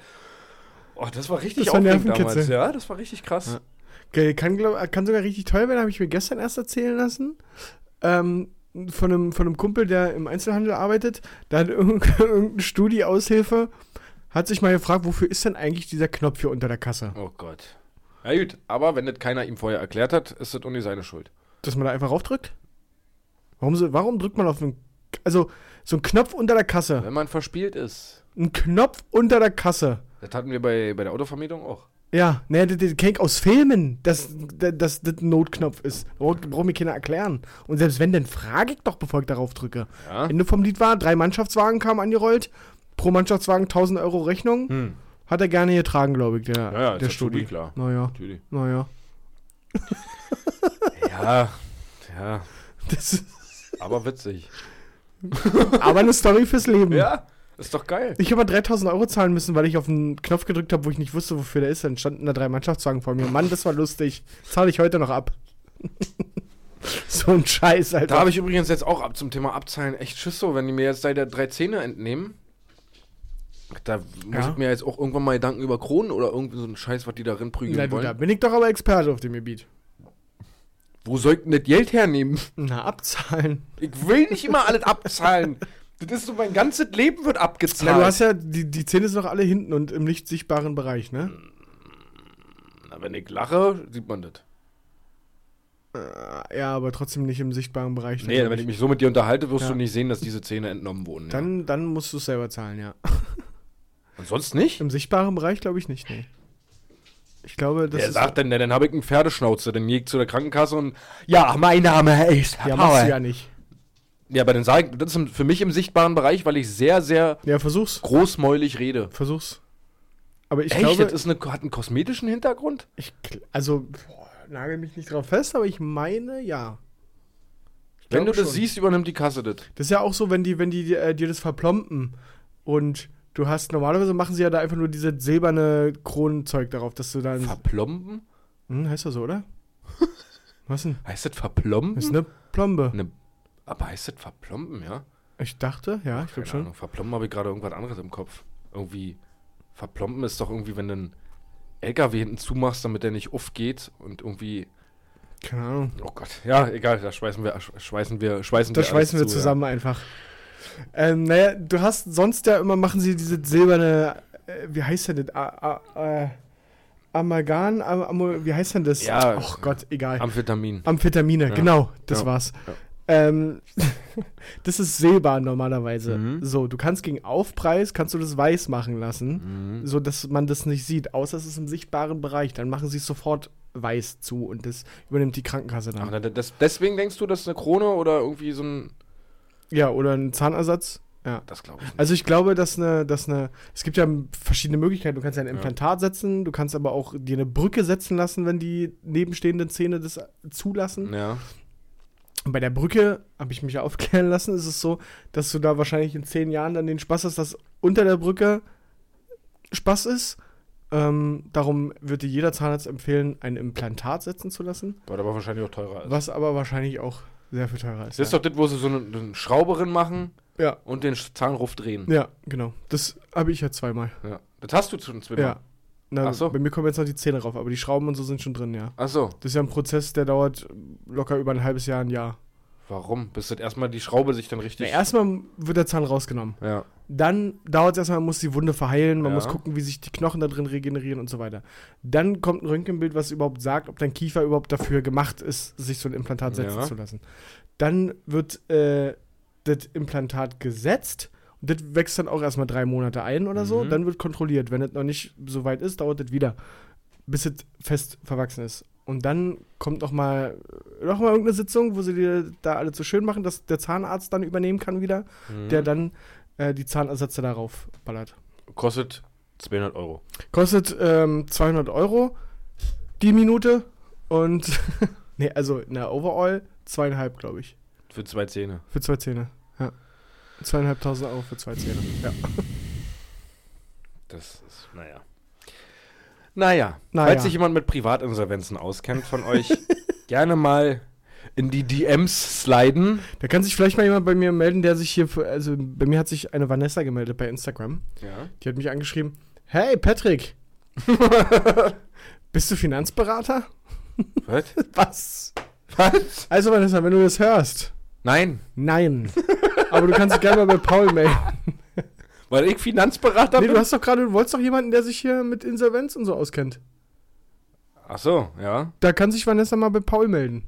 Oh, das war richtig Das war aufregend Nervenkitzel. damals. Ja, das war richtig krass. Ge- Kann, glaub, kann sogar richtig toll werden, habe ich mir gestern erst erzählen lassen. Ähm, von, einem, von einem Kumpel, der im Einzelhandel arbeitet, da hat irgend- irgendeine Studi-Aushilfe, hat sich mal gefragt, wofür ist denn eigentlich dieser Knopf hier unter der Kasse? Oh Gott. Ja gut, aber wenn das keiner ihm vorher erklärt hat, ist das ohne seine Schuld. Dass man da einfach raufdrückt? Warum, so, warum drückt man auf einen. Also, so ein Knopf unter der Kasse. Wenn man verspielt ist. Ein Knopf unter der Kasse. Das hatten wir bei, bei der Autovermietung auch. Ja, ne, das, das kenn ich aus Filmen, dass dass- dass das ein Notknopf ist. Braucht braucht mir keiner erklären. Und selbst wenn, dann frage ich doch, bevor ich darauf drücke. Ja. Ende vom Lied war, drei Mannschaftswagen kamen angerollt. Pro Mannschaftswagen 1000 Euro Rechnung. Hm. Hat er gerne getragen, glaube ich, der, Ja, ja, ist der ja Studi. Studi, klar. Naja, Natürlich. naja. Ja, ja. Das ist Aber witzig. aber eine Story fürs Leben. Ja, ist doch geil. Ich habe mal 3000 Euro zahlen müssen, weil ich auf einen Knopf gedrückt habe, wo ich nicht wusste, wofür der ist. Dann standen da drei Mannschaftswagen vor mir. Mann, das war lustig. Zahle ich heute noch ab. so ein Scheiß, Alter. Da habe ich übrigens jetzt auch ab zum Thema Abzahlen echt Schiss so, wenn die mir jetzt da drei Zähne entnehmen. Da muss Ja. ich mir jetzt auch irgendwann mal Gedanken über Kronen oder irgendwie so einen Scheiß, was die darin prügeln Na, du, da wollen. bin ich doch aber Experte auf dem Gebiet. Wo soll ich denn das Geld hernehmen? Na, abzahlen. Ich will nicht immer alles abzahlen. Das ist so, mein ganzes Leben wird abgezahlt. Na, du hast ja, die, die Zähne sind doch alle hinten und im nicht sichtbaren Bereich, ne? Na, wenn ich lache, sieht man das. Äh, Ja, aber trotzdem nicht im sichtbaren Bereich. Nee, wenn ich mich so mit dir unterhalte, wirst Ja. du nicht sehen, dass diese Zähne entnommen wurden. ja. dann, dann musst du es selber zahlen, ja. Und sonst nicht? Im sichtbaren Bereich glaube ich nicht, nee. Ich glaube, das Wer ist. sagt denn, denn dann habe ich einen Pferdeschnauze, dann gehe ich zu der Krankenkasse und ja, mein Name ist Herr ja, machst Power. du ja Ja. nicht. aber dann sage ich, das ist für mich im sichtbaren Bereich, weil ich sehr, sehr Ja, versuch's. großmäulig rede. Versuch's. Aber ich Echt? glaube, das ist eine, hat einen kosmetischen Hintergrund? ich, gl- also, boah, nagel mich nicht drauf fest, aber ich meine, ja. Ich Wenn du glaube das schon. siehst, übernimmt die Kasse das. Das ist ja auch so, wenn die, wenn die äh, dir das verplompen und du hast, normalerweise machen sie ja da einfach nur diese silberne Kronenzeug darauf, dass du dann. Verplomben? Hm, heißt das so, oder? Was denn? Heißt das verplomben? Das ist eine Plombe. Eine- aber heißt das verplomben, ja? Ich dachte, ja, ich glaube Keine schon. Ahnung, verplomben habe ich gerade irgendwas anderes im Kopf. Irgendwie, verplomben ist doch irgendwie, wenn du ein LKW hinten zumachst, damit der nicht aufgeht und irgendwie. Keine Ahnung. Oh Gott. Ja, egal, da schweißen wir, sch- schweißen wir, schweißen wir Da alles schweißen wir zu, zusammen einfach. Ähm, naja, du hast sonst ja immer, machen sie diese silberne, äh, wie heißt denn das? A, a, äh, Amalgam, Am, Am, wie heißt denn das? Ja. Och Gott, egal. Ja. Amphetamin. Amphetamine, Ja. genau, das Ja. war's. Ja. Ähm, das ist Silber normalerweise. Mhm. So, du kannst gegen Aufpreis, kannst du das weiß machen lassen, Mhm. so dass man das nicht sieht, außer es ist im sichtbaren Bereich. Dann machen sie es sofort weiß zu und das übernimmt die Krankenkasse dann. Ach, ne. na, das, deswegen denkst du, das ist eine Krone oder irgendwie so ein. Ja, oder ein Zahnersatz. Das glaube ich nicht. Also ich glaube, dass eine, dass eine, es gibt ja verschiedene Möglichkeiten. Du kannst ja ein Ja. Implantat setzen, du kannst aber auch dir eine Brücke setzen lassen, wenn die nebenstehenden Zähne das zulassen. Ja. Und bei der Brücke, habe ich mich ja aufklären lassen, ist es so, dass du da wahrscheinlich in zehn Jahren dann den Spaß hast, dass unter der Brücke Spaß ist. Ähm, darum würde jeder Zahnarzt empfehlen, ein Implantat setzen zu lassen, Weil aber wahrscheinlich auch teurer ist. was aber wahrscheinlich auch sehr viel teurer ist. Das ist doch das, wo sie so einen, einen Schrauberin machen Ja. und den Sch- Zahnruf drehen. ja, genau. Das habe ich ja zweimal. Ja. Das hast du zu uns zweimal. Ja. Na, Genau. Ach so. Bei mir kommen jetzt noch die Zähne rauf, aber die Schrauben und so sind schon drin, ja. Ach so, Das ist ja ein Prozess, der dauert locker über ein halbes Jahr, ein Jahr. warum? Bis das erstmal die Schraube sich dann Na, richtig. erstmal wird der Zahn rausgenommen. ja. Dann dauert es erstmal, man muss die Wunde verheilen, man Ja. muss gucken, wie sich die Knochen da drin regenerieren und so weiter. Dann kommt ein Röntgenbild, was überhaupt sagt, ob dein Kiefer überhaupt dafür gemacht ist, sich so ein Implantat setzen Ja. zu lassen. Dann wird äh, das Implantat gesetzt. Und das wächst dann auch erstmal drei Monate ein oder so. Mhm. Dann wird kontrolliert. Wenn das noch nicht so weit ist, dauert das wieder, bis es fest verwachsen ist. Und dann kommt noch mal, noch mal irgendeine Sitzung, wo sie dir da alles so schön machen, dass der Zahnarzt dann übernehmen kann wieder Mhm. der dann äh, die Zahnersätze darauf ballert. Kostet 200 Euro. Kostet ähm, 200 Euro die Minute und, nee, also in der Overall zweieinhalb, glaube ich, Für zwei Zähne. für zwei Zähne. Ja. Zweieinhalbtausend Euro für zwei Zähne. Ja. Das ist, naja. Naja, Naja. falls sich jemand mit Privatinsolvenzen auskennt von euch, gerne mal in die DMs sliden. Da kann sich vielleicht mal jemand bei mir melden, der sich hier, für, also bei mir hat sich eine Vanessa gemeldet bei Instagram. Ja. Die hat mich angeschrieben, hey Patrick, bist du Finanzberater? Was? Was? Was? Also Vanessa, wenn du das hörst, Nein, nein. Aber du kannst dich gerne mal bei Paul melden. weil ich Finanzberater Nee, du bin. hast doch gerade, du wolltest doch jemanden, der sich hier mit Insolvenz und so auskennt. Ach so, ja. Da kann sich Vanessa mal bei Paul melden.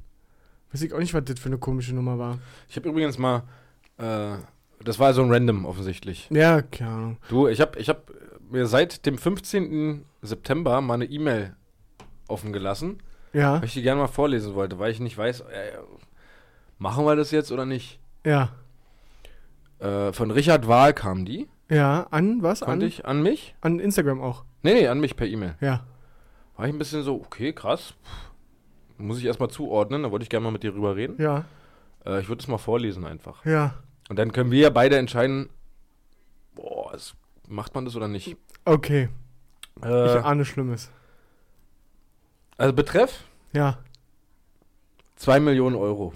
Weiß ich auch nicht, was das für eine komische Nummer war. Ich habe übrigens mal, äh, das war so ein Random offensichtlich. Ja, keine Ahnung. Du, ich habe ich hab mir seit dem 15. September mal eine E-Mail offen gelassen, Ja, weil ich die gerne mal vorlesen wollte, weil ich nicht weiß, äh, machen wir das jetzt oder nicht. ja, Äh, von Richard Wahl kam die, ja. An was? konnte An, ich an mich? an Instagram auch. Nee, nee, an mich per E-Mail. Ja. War ich ein bisschen so, okay, krass. pff, Muss ich erstmal zuordnen, da wollte ich gerne mal mit dir drüber reden. Ja, Äh, ich würde es mal vorlesen einfach. ja. Und dann können wir ja beide entscheiden, boah, es, macht man das oder nicht. Okay. Ich Äh, ahne Schlimmes. also Betreff, Ja. 2 Millionen Euro.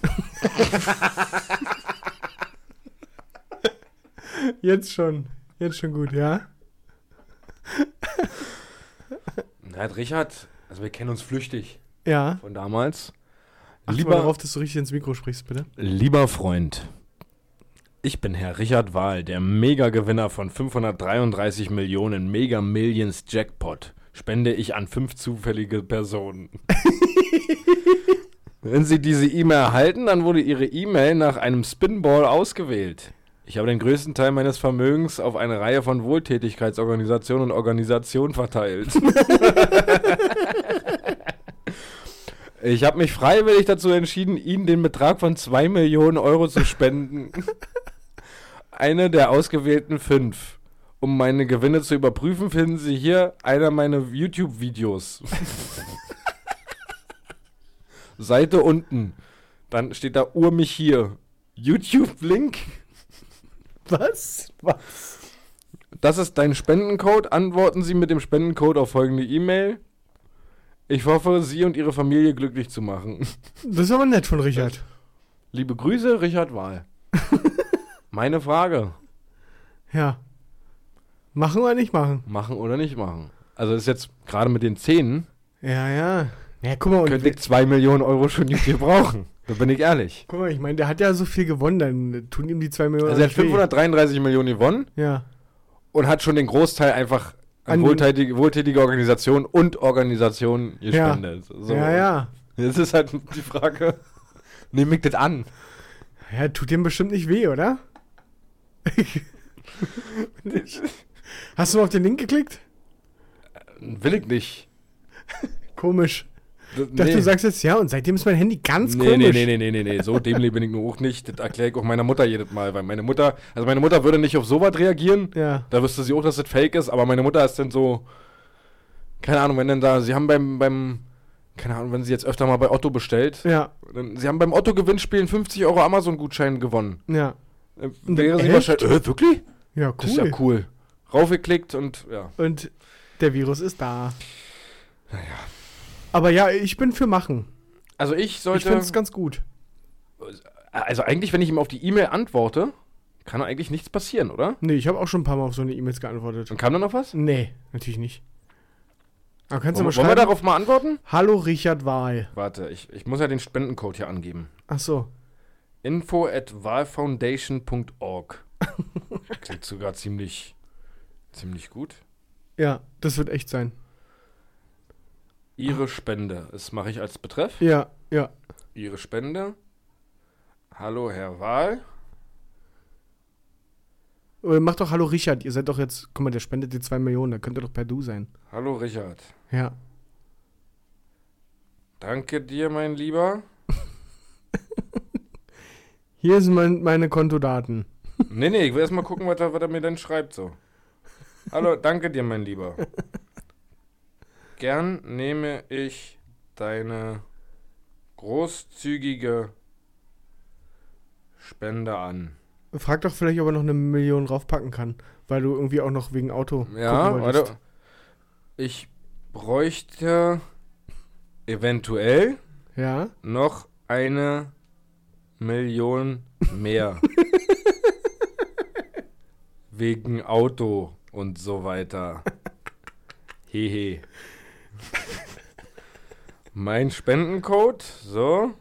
Jetzt schon. Jetzt schon gut, ja? Na, hat Richard, also wir kennen uns flüchtig Ja. von damals. Achte mal darauf, dass du richtig ins Mikro sprichst, bitte. lieber Freund, ich bin Herr Richard Wahl, der Mega-Gewinner von 533 Millionen Mega Millions Jackpot. Spende ich an fünf zufällige Personen. Wenn Sie diese E-Mail erhalten, dann wurde Ihre E-Mail nach einem Spinball ausgewählt. Ich habe den größten Teil meines Vermögens auf eine Reihe von Wohltätigkeitsorganisationen und Organisationen verteilt. Ich habe mich freiwillig dazu entschieden, Ihnen den Betrag von 2 Millionen Euro zu spenden. Eine der ausgewählten fünf. Um meine Gewinne zu überprüfen, finden Sie hier einer meiner YouTube-Videos. Seite unten. Dann steht da Uhr mich hier. YouTube-Link. Was? Was? Das ist dein Spendencode. Antworten Sie mit dem Spendencode auf folgende E-Mail. Ich hoffe, Sie und Ihre Familie glücklich zu machen. Das ist aber nett von Richard. Liebe Grüße, Richard Wahl. Meine Frage: Ja. Machen oder nicht machen? Machen oder nicht machen? Also das ist jetzt gerade mit den Zähnen, Ja, ja. Ja, guck mal, und könnte ich zwei Millionen Euro schon nicht gebrauchen. Da bin ich ehrlich. guck mal, ich meine, der hat ja so viel gewonnen, dann tun ihm die 2 Millionen. Also er hat nicht weh. 533 Millionen gewonnen Ja. und hat schon den Großteil einfach an An- wohltätige, wohltätige Organisationen und Organisationen Ja. gespendet. So. Ja, ja. Jetzt ist halt die Frage, nehme ich das an? Ja, tut dem bestimmt nicht weh, oder? Hast du mal auf den Link geklickt? Will ich nicht. Komisch. Das, Ich dachte, du sagst jetzt ja und seitdem ist mein Handy ganz nee, komisch. nee, nee, nee, nee, nee, nee, so dämlich bin ich nur auch nicht. Das erkläre ich auch meiner Mutter jedes Mal, weil meine Mutter, also meine Mutter würde nicht auf sowas reagieren. Ja. Da wüsste sie auch, dass das fake ist, aber meine Mutter ist dann so, keine Ahnung, wenn dann da, sie haben beim, beim, keine Ahnung, wenn sie jetzt öfter mal bei Otto bestellt, Ja, dann, sie haben beim Otto-Gewinnspiel einen 50 Euro Amazon-Gutschein gewonnen. ja. Äh, Wäre sie echt? wahrscheinlich, äh, wirklich? Ja, cool. Das ist ja cool. Raufgeklickt und, ja. Und der Virus ist da. Naja. Aber ja, ich bin für machen. Also ich Ich finde sollte, es ganz gut. also eigentlich, wenn ich ihm auf die E-Mail antworte, kann eigentlich nichts passieren, oder? Nee, ich habe auch schon ein paar Mal auf so eine E-Mails geantwortet. Und kam da noch was? Nee, natürlich nicht. Aber kannst Wollen, wir- du mal wollen wir schreiben? darauf mal antworten? Hallo Richard Wahl. Warte, ich, ich muss ja den Spendencode hier angeben. Ach so. Info at wahlfoundation.org. Klingt sogar ziemlich, ziemlich gut. Ja, das wird echt sein. Ihre Spende. Das mache ich als Betreff. Ja, ja. Ihre Spende. Hallo, Herr Wahl. Oder Mach Äh, doch Hallo Richard, ihr seid doch jetzt, guck mal, der spendet dir 2 Millionen, da könnt ihr doch per Du sein. Hallo, Richard. Ja. Danke dir, mein Lieber. Hier sind mein, meine Kontodaten. Nee, nee, ich will erstmal gucken, was er, was er mir denn schreibt so. Hallo, danke dir, mein Lieber. Gern nehme ich deine großzügige Spende an. Frag doch vielleicht, ob er noch eine Million draufpacken kann, weil du irgendwie auch noch wegen Auto Ja, gucken wolltest. oder? Ich bräuchte eventuell Ja. noch eine Million mehr. Wegen Auto und so weiter. Hehe. mein Spendencode, so.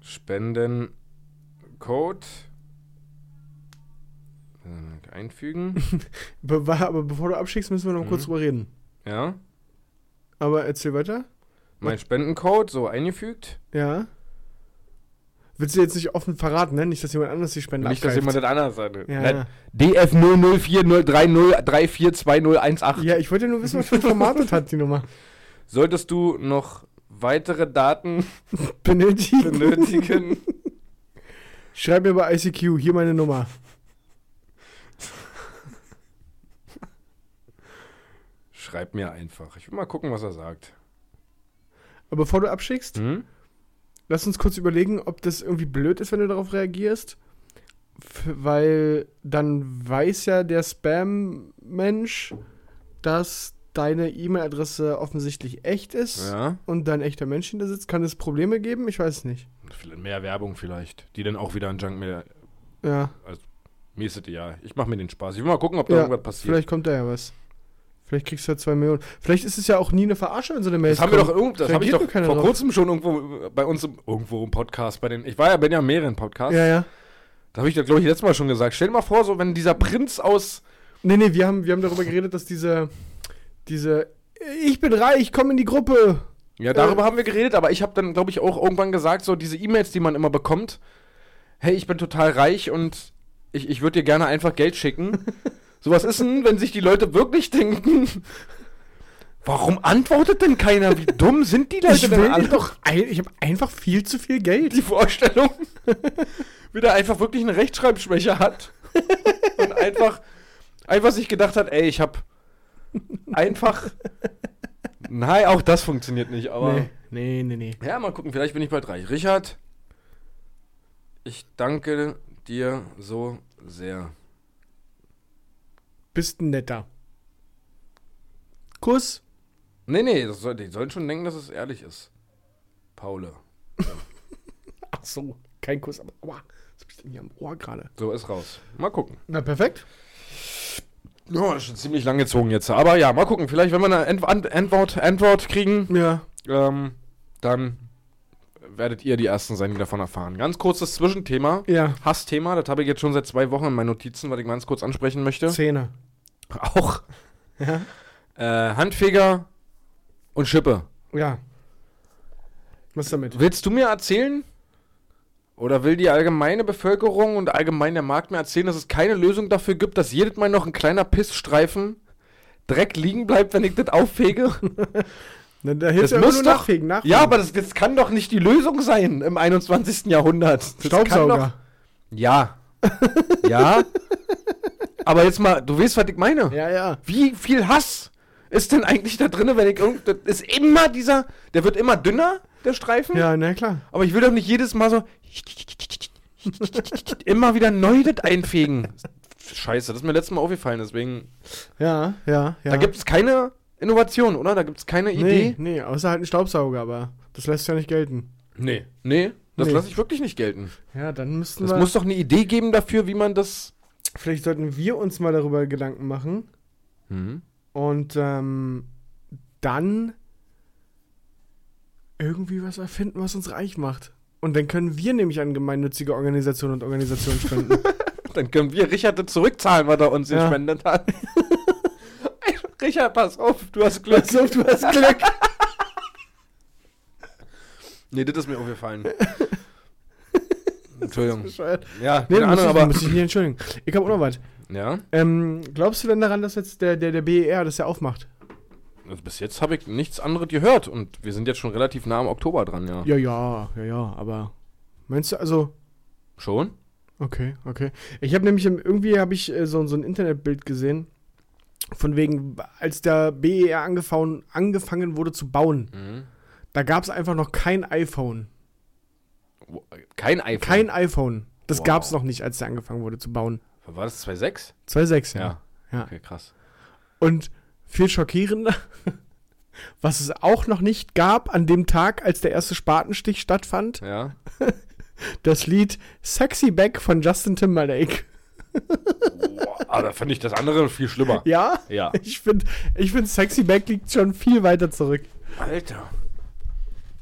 Spendencode. Äh, Einfügen. Be wa- aber bevor du abschickst, müssen wir noch Mhm. kurz drüber reden. Ja. Aber erzähl weiter. Mein Spendencode, so eingefügt. Ja. Willst du jetzt nicht offen verraten, ne? Nicht, dass jemand anders die Spende Nicht, dass abgreift. jemand das anders sein will. Ja, Nein, ja. DF004030342018. ja, ich wollte ja nur wissen, was für ein Format das hat, die Nummer. Solltest du noch weitere Daten Benötigt. benötigen, Schreib mir bei ICQ, hier meine Nummer. schreib mir einfach. Ich will mal gucken, was er sagt. Aber bevor du abschickst, Hm? lass uns kurz überlegen, ob das irgendwie blöd ist, wenn du darauf reagierst. F weil dann weiß ja der Spam-Mensch, dass deine E-Mail-Adresse offensichtlich echt ist. Ja. und dein echter Mensch hinter sitzt, kann es Probleme geben? Ich weiß nicht. Vielleicht Mehr Werbung vielleicht, die dann auch wieder an Junkmail. Ja, Mir ist das ja. Ich mache mir den Spaß. Ich will mal gucken, ob da Ja, irgendwas passiert. vielleicht kommt da ja was. Vielleicht kriegst du ja zwei Millionen. Vielleicht ist es ja auch nie eine Verarsche, wenn so eine Mail Das haben wir doch kommt. irgend, das hab ich Reagiert doch nur vor keiner drauf. kurzem schon irgendwo äh, bei uns im, irgendwo im Podcast bei den ich war ja bei ja mehreren Podcasts. Ja, ja. Da habe ich das glaube ich letztes Mal schon gesagt. Stell dir mal vor, so wenn dieser Prinz aus Nee, nee, wir haben, wir haben darüber geredet, dass diese, diese, ich bin reich, komm in die Gruppe. Ja, darüber Ähm. haben wir geredet, aber ich habe dann, glaube ich, auch irgendwann gesagt, so diese E-Mails, die man immer bekommt, hey, ich bin total reich und ich, ich würde dir gerne einfach Geld schicken. Sowas ist denn, wenn sich die Leute wirklich denken, warum antwortet denn keiner? Wie dumm sind die Leute Ich denn will alle? doch, ein, ich habe einfach viel zu viel Geld. Die Vorstellung, wie der einfach wirklich eine Rechtschreibschwäche hat und einfach, einfach sich gedacht hat, ey, ich habe einfach... Nein, auch das funktioniert nicht, aber... Nee, nee, nee, nee. Ja, mal gucken, vielleicht bin ich bald reich. Richard, ich danke dir so sehr. Bist ein netter. Kuss. Nee, nee, das soll, die sollen schon denken, dass es ehrlich ist. Paule. Ach so, kein Kuss, aber aua, was hab ich denn hier am Ohr gerade? So ist raus. Mal gucken. Na, perfekt. Ja, das ist schon ziemlich lang gezogen jetzt. Aber ja, mal gucken. Vielleicht, wenn wir eine Ent Ant Antwort, Antwort kriegen, Ja. ähm, dann werdet ihr die Ersten sein, die davon erfahren. Ganz kurzes Zwischenthema. Ja. Hassthema, das habe ich jetzt schon seit zwei Wochen in meinen Notizen, was ich ganz kurz ansprechen möchte. Zähne. Auch. Ja. Äh, Handfeger und Schippe. Ja. Was damit? Willst du mir erzählen? Oder will die allgemeine Bevölkerung und allgemein der Markt mir erzählen, dass es keine Lösung dafür gibt, dass jedes Mal noch ein kleiner Pissstreifen Dreck liegen bleibt, wenn ich das auffege? Na, da hilft Das ja immer muss nur doch- nachfegen. nachfegen. Ja, aber das, das kann doch nicht die Lösung sein im 21. Jahrhundert. Das Kann Staubsauger. doch, ja. ja. Aber jetzt mal, du weißt, was ich meine. Ja, ja. Wie viel Hass ist denn eigentlich da drin, wenn ich irgend. Das ist immer dieser. Der wird immer dünner, der Streifen. Ja, na klar. Aber ich will doch nicht jedes Mal so. immer wieder neu das einfegen. Scheiße, das ist mir letztes Mal aufgefallen, deswegen. Ja, ja, ja. Da gibt es keine Innovation, oder? Da gibt es keine nee, Idee. nee, außer halt einen Staubsauger, aber das lässt ja nicht gelten. Nee. Nee, das Nee. lasse ich wirklich nicht gelten. Ja, dann müssten Es wir. muss doch eine Idee geben dafür, wie man das. vielleicht sollten wir uns mal darüber Gedanken machen und ähm, dann irgendwie was erfinden, was uns reich macht. Und dann können wir nämlich an gemeinnützige Organisationen und Organisationen spenden. Dann können wir Richard das zurückzahlen, was er uns Ja. gespendet hat. Richard, pass auf, du hast Glück. Pass auf, du hast Glück. nee, das ist mir aufgefallen. Entschuldigung. Bescheuert. Ja, nee, keine muss Ahnung, ich, aber. muss ich nicht entschuldigen. Ich habe auch noch was. Ja, Ähm, glaubst du denn daran, dass jetzt der, der, der BER das ja aufmacht? also bis jetzt habe ich nichts anderes gehört und wir sind jetzt schon relativ nah am Oktober dran, ja. Ja, ja, ja, ja, aber. Meinst du, also, Schon? Okay, okay. Ich habe nämlich im- irgendwie habe ich äh, so, so ein Internetbild gesehen von wegen als der BER angefangen, angefangen wurde zu bauen. Mhm. Da gab es einfach noch kein iPhone, Wo- äh, Kein iPhone. kein iPhone. Das Wow. gab es noch nicht, als der angefangen wurde zu bauen. War das 2.6? 2.6, ja. Ja. Okay, krass. Und viel schockierender, was es auch noch nicht gab an dem Tag, als der erste Spatenstich stattfand, Ja. das Lied Sexy Back von Justin Timberlake. Boah, aber Ah, da fand ich das andere viel schlimmer. Ja? Ja. Ich finde, ich find, Sexy Back liegt schon viel weiter zurück. Alter,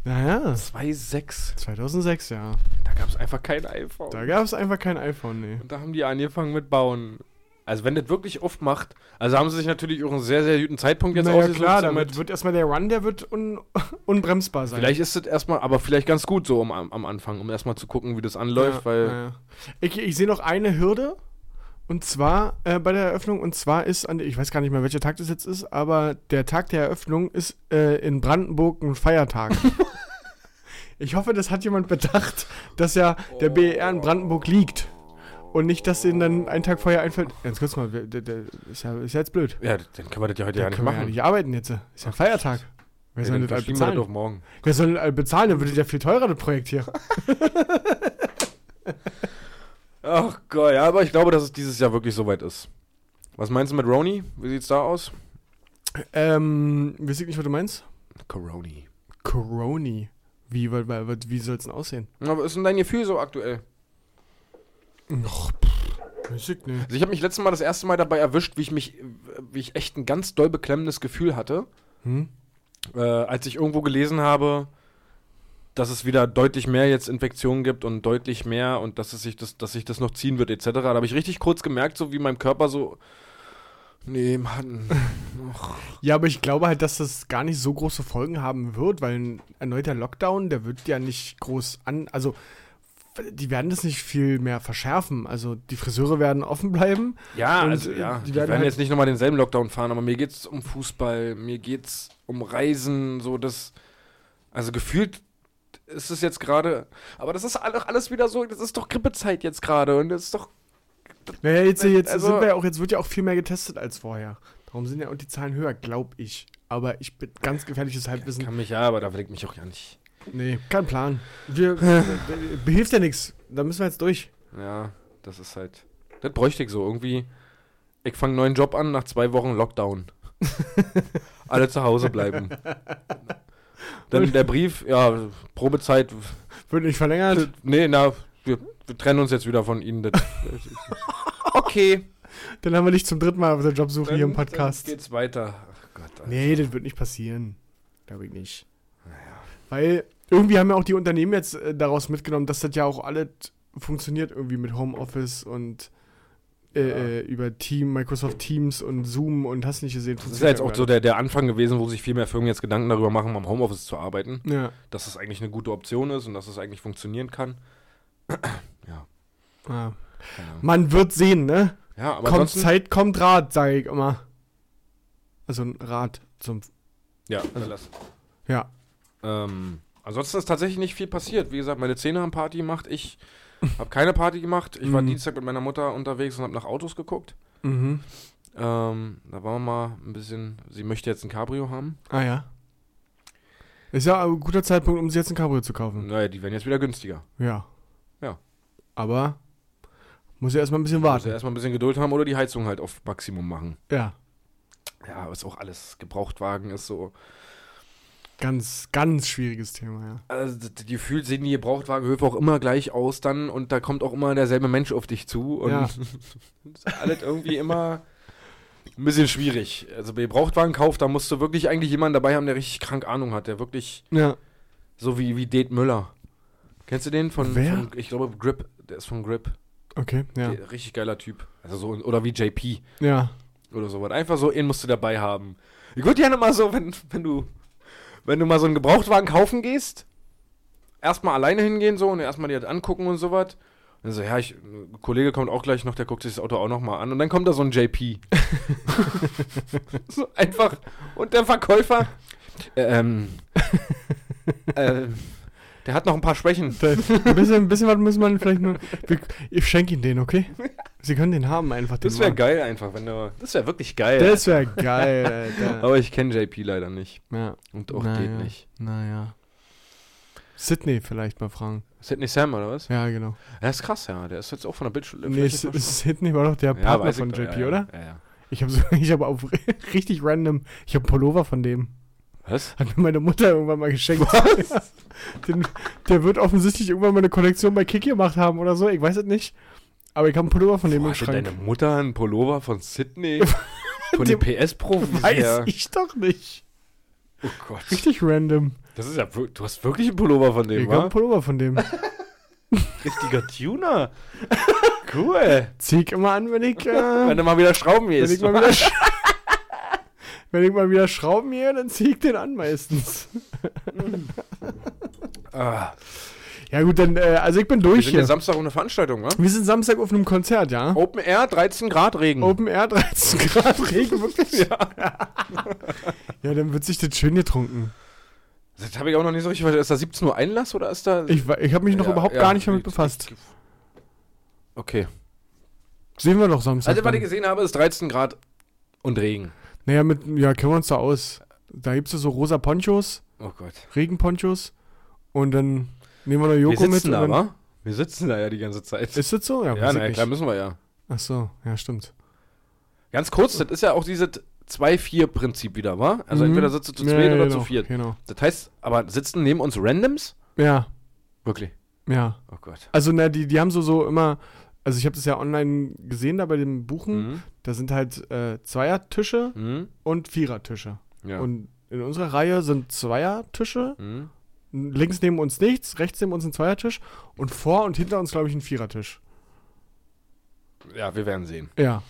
Naja. 2.6. 2006, ja. Da gab es einfach kein iPhone. Da gab es einfach kein iPhone, nee. und da haben die angefangen mit Bauen. Also wenn das wirklich oft macht, also haben sie sich natürlich auch einen sehr, sehr guten Zeitpunkt jetzt naja, ausgesucht. klar, damit- damit wird erstmal der Run, der wird un unbremsbar sein. vielleicht ist das erstmal, aber vielleicht ganz gut so am, am am Anfang, um erstmal zu gucken, wie das anläuft, ja, weil naja. Ich, ich sehe noch eine Hürde. Und zwar äh, bei der Eröffnung, und zwar ist an, ich weiß gar nicht mehr, welcher Tag das jetzt ist, aber der Tag der Eröffnung ist äh, in Brandenburg ein Feiertag. ich hoffe, das hat jemand bedacht, dass ja der BER in Brandenburg liegt. Und nicht, dass denen dann einen Tag vorher einfällt. Ganz kurz mal, der, der, der ist, ja, ist ja jetzt blöd. ja, dann können wir das ja heute Da ja nicht können wir ja machen. nicht arbeiten jetzt. Ist ja Feiertag. Wer Ja, soll dann das alles verschieben wir das bezahlen? doch morgen. Wer soll das alles bezahlen? Dann würde ja viel teurer, das Projekt hier. Ach Gott, ja, aber ich glaube, dass es dieses Jahr wirklich soweit ist. Was meinst du mit Roni? Wie sieht's da aus? ähm, weiß ich nicht, was du meinst? Coroni. Coroni. Wie, wa- wa- wa- wie soll es denn aussehen? Na, Was ist denn dein Gefühl so aktuell? Ach, pff, weiß ich nicht. Also ich habe mich letztes Mal das erste Mal dabei erwischt, wie ich mich, wie ich echt ein ganz doll beklemmendes Gefühl hatte, Hm? äh, als ich irgendwo gelesen habe, dass es wieder deutlich mehr jetzt Infektionen gibt und deutlich mehr und dass es sich das, dass sich das noch ziehen wird etc. Da habe ich richtig kurz gemerkt, so wie mein Körper so, nee Mann, Ja, aber ich glaube halt, dass das gar nicht so große Folgen haben wird, weil ein erneuter Lockdown, der wird ja nicht groß an. Also, die werden das nicht viel mehr verschärfen. Also, die Friseure werden offen bleiben. ja, Und, also äh, ja, die die werden werden, halt- jetzt nicht nochmal denselben Lockdown fahren, aber mir geht's um Fußball, mir geht's um Reisen, so das, also gefühlt ist es jetzt gerade, aber das ist all- alles wieder so, das ist doch Grippezeit jetzt gerade und das ist doch Naja, jetzt, jetzt Also- sind wir ja auch, jetzt wird ja auch viel mehr getestet als vorher. Darum sind ja auch die Zahlen höher, glaube ich. Aber ich bin ganz gefährliches Halbwissen. Kann mich ja, aber da legt mich auch ja nicht. Nee, kein Plan. Wir, äh, behilft ja nichts. Da müssen wir jetzt durch. Ja, das ist halt. Das bräuchte ich so irgendwie. Ich fange einen neuen Job an nach zwei Wochen Lockdown. Alle zu Hause bleiben. Dann der Brief, ja, Probezeit. Wird nicht verlängert. Nee, na, wir, wir trennen uns jetzt wieder von Ihnen. Das, okay. Dann haben wir dich zum dritten Mal auf der Jobsuche hier im Podcast. Dann geht's weiter. Ach Gott, Alter. Nee, das wird nicht passieren. Glaube ich nicht. Weil irgendwie haben ja auch die Unternehmen jetzt äh, daraus mitgenommen, dass das ja auch alles funktioniert irgendwie mit Homeoffice und äh, Ja. äh, über Team, Microsoft Teams und Zoom und hast nicht gesehen. Das ist ja jetzt auch so der, der Anfang gewesen, wo sich viel mehr Firmen jetzt Gedanken darüber machen, am Homeoffice zu arbeiten. Ja. Dass das eigentlich eine gute Option ist und dass es das eigentlich funktionieren kann. ja. Keine Ahnung. Man wird sehen, ne? Ja, aber Kommt ansonsten. Zeit, kommt Rat, sage ich immer. Also ein Rat zum. Ja, verlass. Also, Ja. Ähm, ansonsten ist tatsächlich nicht viel passiert. Wie gesagt, meine Zähne haben Party gemacht. Ich habe keine Party gemacht. Ich war Mhm. Dienstag mit meiner Mutter unterwegs und habe nach Autos geguckt. Mhm. Ähm, da waren wir mal ein bisschen. Sie möchte jetzt ein Cabrio haben. Ah ja. Ist ja ein guter Zeitpunkt, um sich jetzt ein Cabrio zu kaufen. Naja, die werden jetzt wieder günstiger. Ja. Ja. Aber muss ja erstmal ein bisschen Muss warten. ja erstmal ein bisschen Geduld haben oder die Heizung halt auf Maximum machen. Ja. Ja, aber ist auch alles. Gebrauchtwagen ist so. Ganz, ganz schwieriges Thema, ja. Also, d- d- die Gefühl sehen die Gebrauchtwagenhöfe auch immer gleich aus dann und da kommt auch immer derselbe Mensch auf dich zu und Ja. ist alles irgendwie immer ein bisschen schwierig. Also bei Gebrauchtwagenkauf, da musst du wirklich eigentlich jemanden dabei haben, der richtig krank Ahnung hat, der wirklich Ja. so wie, wie Det Müller. Kennst du den von, Wer? von ich glaube Grip, der ist von Grip. Okay, ja. Der, richtig geiler Typ. Also so oder wie JP Ja. oder sowas. Einfach so, ihn musst du dabei haben. Ich würde gerne mal so, wenn, wenn du, wenn du mal so einen Gebrauchtwagen kaufen gehst, erstmal alleine hingehen so und erstmal dir das angucken und sowas. Und dann so, ja, ich, ein Kollege kommt auch gleich noch, der guckt sich das Auto auch nochmal an. Und dann kommt da so ein JP. so einfach. Und der Verkäufer, ähm, ähm, der hat noch ein paar Schwächen. Da- Ein bisschen, ein bisschen was muss man vielleicht nur. Wir- Ich schenke Ihnen den, okay? Sie können den haben einfach. Den Das wäre Mann. geil einfach, wenn du, das wäre wirklich geil. Das wäre geil, Alter. Aber ich kenne JP leider nicht. Ja. Und auch Naja. geht nicht. Naja. Sydney vielleicht mal fragen. Sidney Sam oder was? Ja, genau. Ja, ist krass, ja. Der ist jetzt auch von der Bildschule. Nee, S- Sydney war doch der Partner von JP, ja, oder? Ja, ja. Ich habe so, ich habe auf richtig random, ich habe Pullover von dem. Was? Hat mir meine Mutter irgendwann mal geschenkt. Was? Den, der wird offensichtlich irgendwann mal eine Kollektion bei Kiki gemacht haben oder so. Ich weiß es nicht. Aber ich habe einen Pullover von dem Boah, im hatte Schrank. deine Mutter einen Pullover von Sydney? Von dem PS-Profi? Weiß ich doch nicht. Oh Gott. Richtig random. Das ist ja, wir- du hast wirklich einen Pullover von Ich dem, habe einen wa? Pullover von dem. Richtiger Tuner. Cool. Zieh ich immer an, wenn ich, äh, Wenn du mal wieder Schrauben wenn ich gehst. mal wieder sch- wenn ich mal wieder Schrauben gehe, dann zieh ich den an meistens. Ah, Ja gut, dann, äh, also ich bin wir durch sind ja hier. Samstag auf einer Veranstaltung, wa? wir sind Samstag auf einem Konzert, ja? Open Air, 13 Grad Regen. Open Air 13 Grad Regen, wirklich? ja. ja, dann wird sich das schön getrunken. Das habe ich auch noch nicht so richtig verstanden. Ist da 17 Uhr Einlass oder ist da... Ich, wa- ich habe mich noch Ja, überhaupt ja, gar nicht damit ich- befasst. Okay. Sehen wir doch Samstag. Also, was ich dann. gesehen habe, ist 13 Grad und Regen. naja, mit, ja, kennen wir uns da aus. Da gibt's ja so rosa Ponchos, Oh Gott. Regenponchos. Und dann nehmen wir noch Joko wir mit. sitzen und da, dann, wa? Wir sitzen da ja die ganze Zeit. Ist das so? Ja, ja, weiß na ich klar nicht. müssen wir ja. Ach so, ja, stimmt. Ganz kurz, das ist ja auch dieses 2-4-Prinzip wieder, wa? Also Mhm. entweder sitzt du zu Ja, zweit ja, oder genau, zu viert. Genau. Das heißt, aber sitzen neben uns Randoms? Ja, Wirklich. ja. Oh Gott. Also, na, die, die haben so, so immer. Also, ich habe das ja online gesehen da bei dem Buchen. Mhm. Da sind halt äh, Zweiertische Mhm. und Vierertische. Ja. Und in unserer Reihe sind Zweiertische mhm. Links neben uns nichts, rechts neben uns ein Zweiertisch und vor und hinter uns, glaube ich, ein Vierertisch. ja, wir werden sehen. Ja.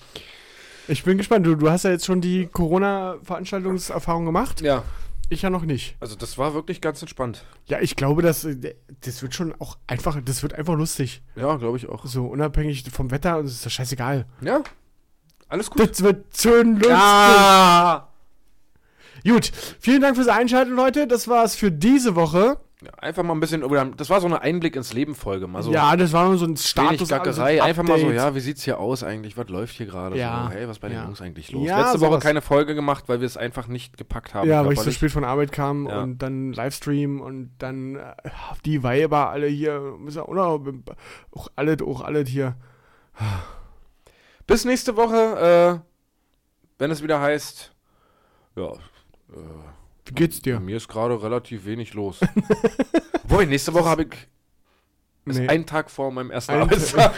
Ich bin gespannt. Du, du hast ja jetzt schon die Corona-Veranstaltungserfahrung gemacht. Ja, Ich ja noch nicht. also das war wirklich ganz entspannt. Ja, ich glaube, dass, äh, das wird schon auch einfach, das wird einfach lustig. Ja, glaube ich auch. So unabhängig vom Wetter und es ist das scheißegal. Ja, alles gut. Das wird schön lustig. Ja. Gut, vielen Dank fürs Einschalten, Leute. Das war's für diese Woche. Ja, Einfach mal ein bisschen, über- das war so eine Einblick ins Leben-Folge. Mal so ja, das war nur so ein Status. Also, also wenig Gackerei. Einfach mal so, Update. ja, wie sieht's hier aus eigentlich? Was läuft hier gerade? Ja. So, hey, was ist bei den Ja. Jungs eigentlich los? Ja, Letzte Woche sowas. keine Folge gemacht, weil wir es einfach nicht gepackt haben. Ja, weil ich so körperlich. spät von Arbeit kam Ja. und dann Livestream und dann äh, die Weiber alle hier, müssen wir auch, noch- auch alles, auch alles hier. Bis nächste Woche, äh, wenn es wieder heißt. Ja, Wie geht's dir? bei mir ist gerade relativ wenig los. Wobei, nächste Woche habe ich Ist Nee. ein Tag vor meinem ersten Ein- Arbeitstag.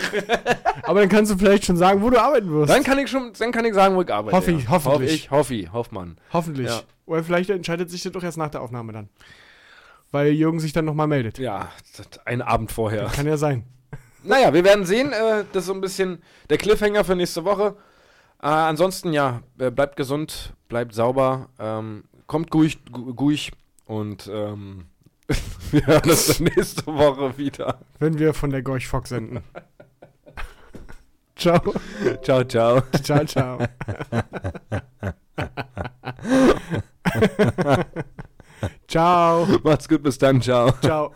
Aber dann kannst du vielleicht schon sagen, wo du arbeiten wirst. Dann kann ich schon, dann kann ich sagen, wo ich arbeite. Hoffe ich, hoffentlich. Hoff ich, hoffe ich, hoff man. Hoffentlich. Ja. Oder vielleicht entscheidet sich das doch erst nach der Aufnahme dann. Weil Jürgen sich dann nochmal meldet. Ja, das- ein Abend vorher. Kann ja sein. Naja, wir werden sehen. Äh, das ist so ein bisschen der Cliffhanger für nächste Woche. Äh, ansonsten, ja, äh, bleibt gesund, bleibt sauber, ähm, kommt ruhig, gu- ruhig und ähm, wir hören uns dann nächste Woche wieder. Wenn wir von der Gorch Fox senden. ciao. Ciao, ciao. Ciao, ciao. ciao. Macht's gut, bis dann, ciao. Ciao.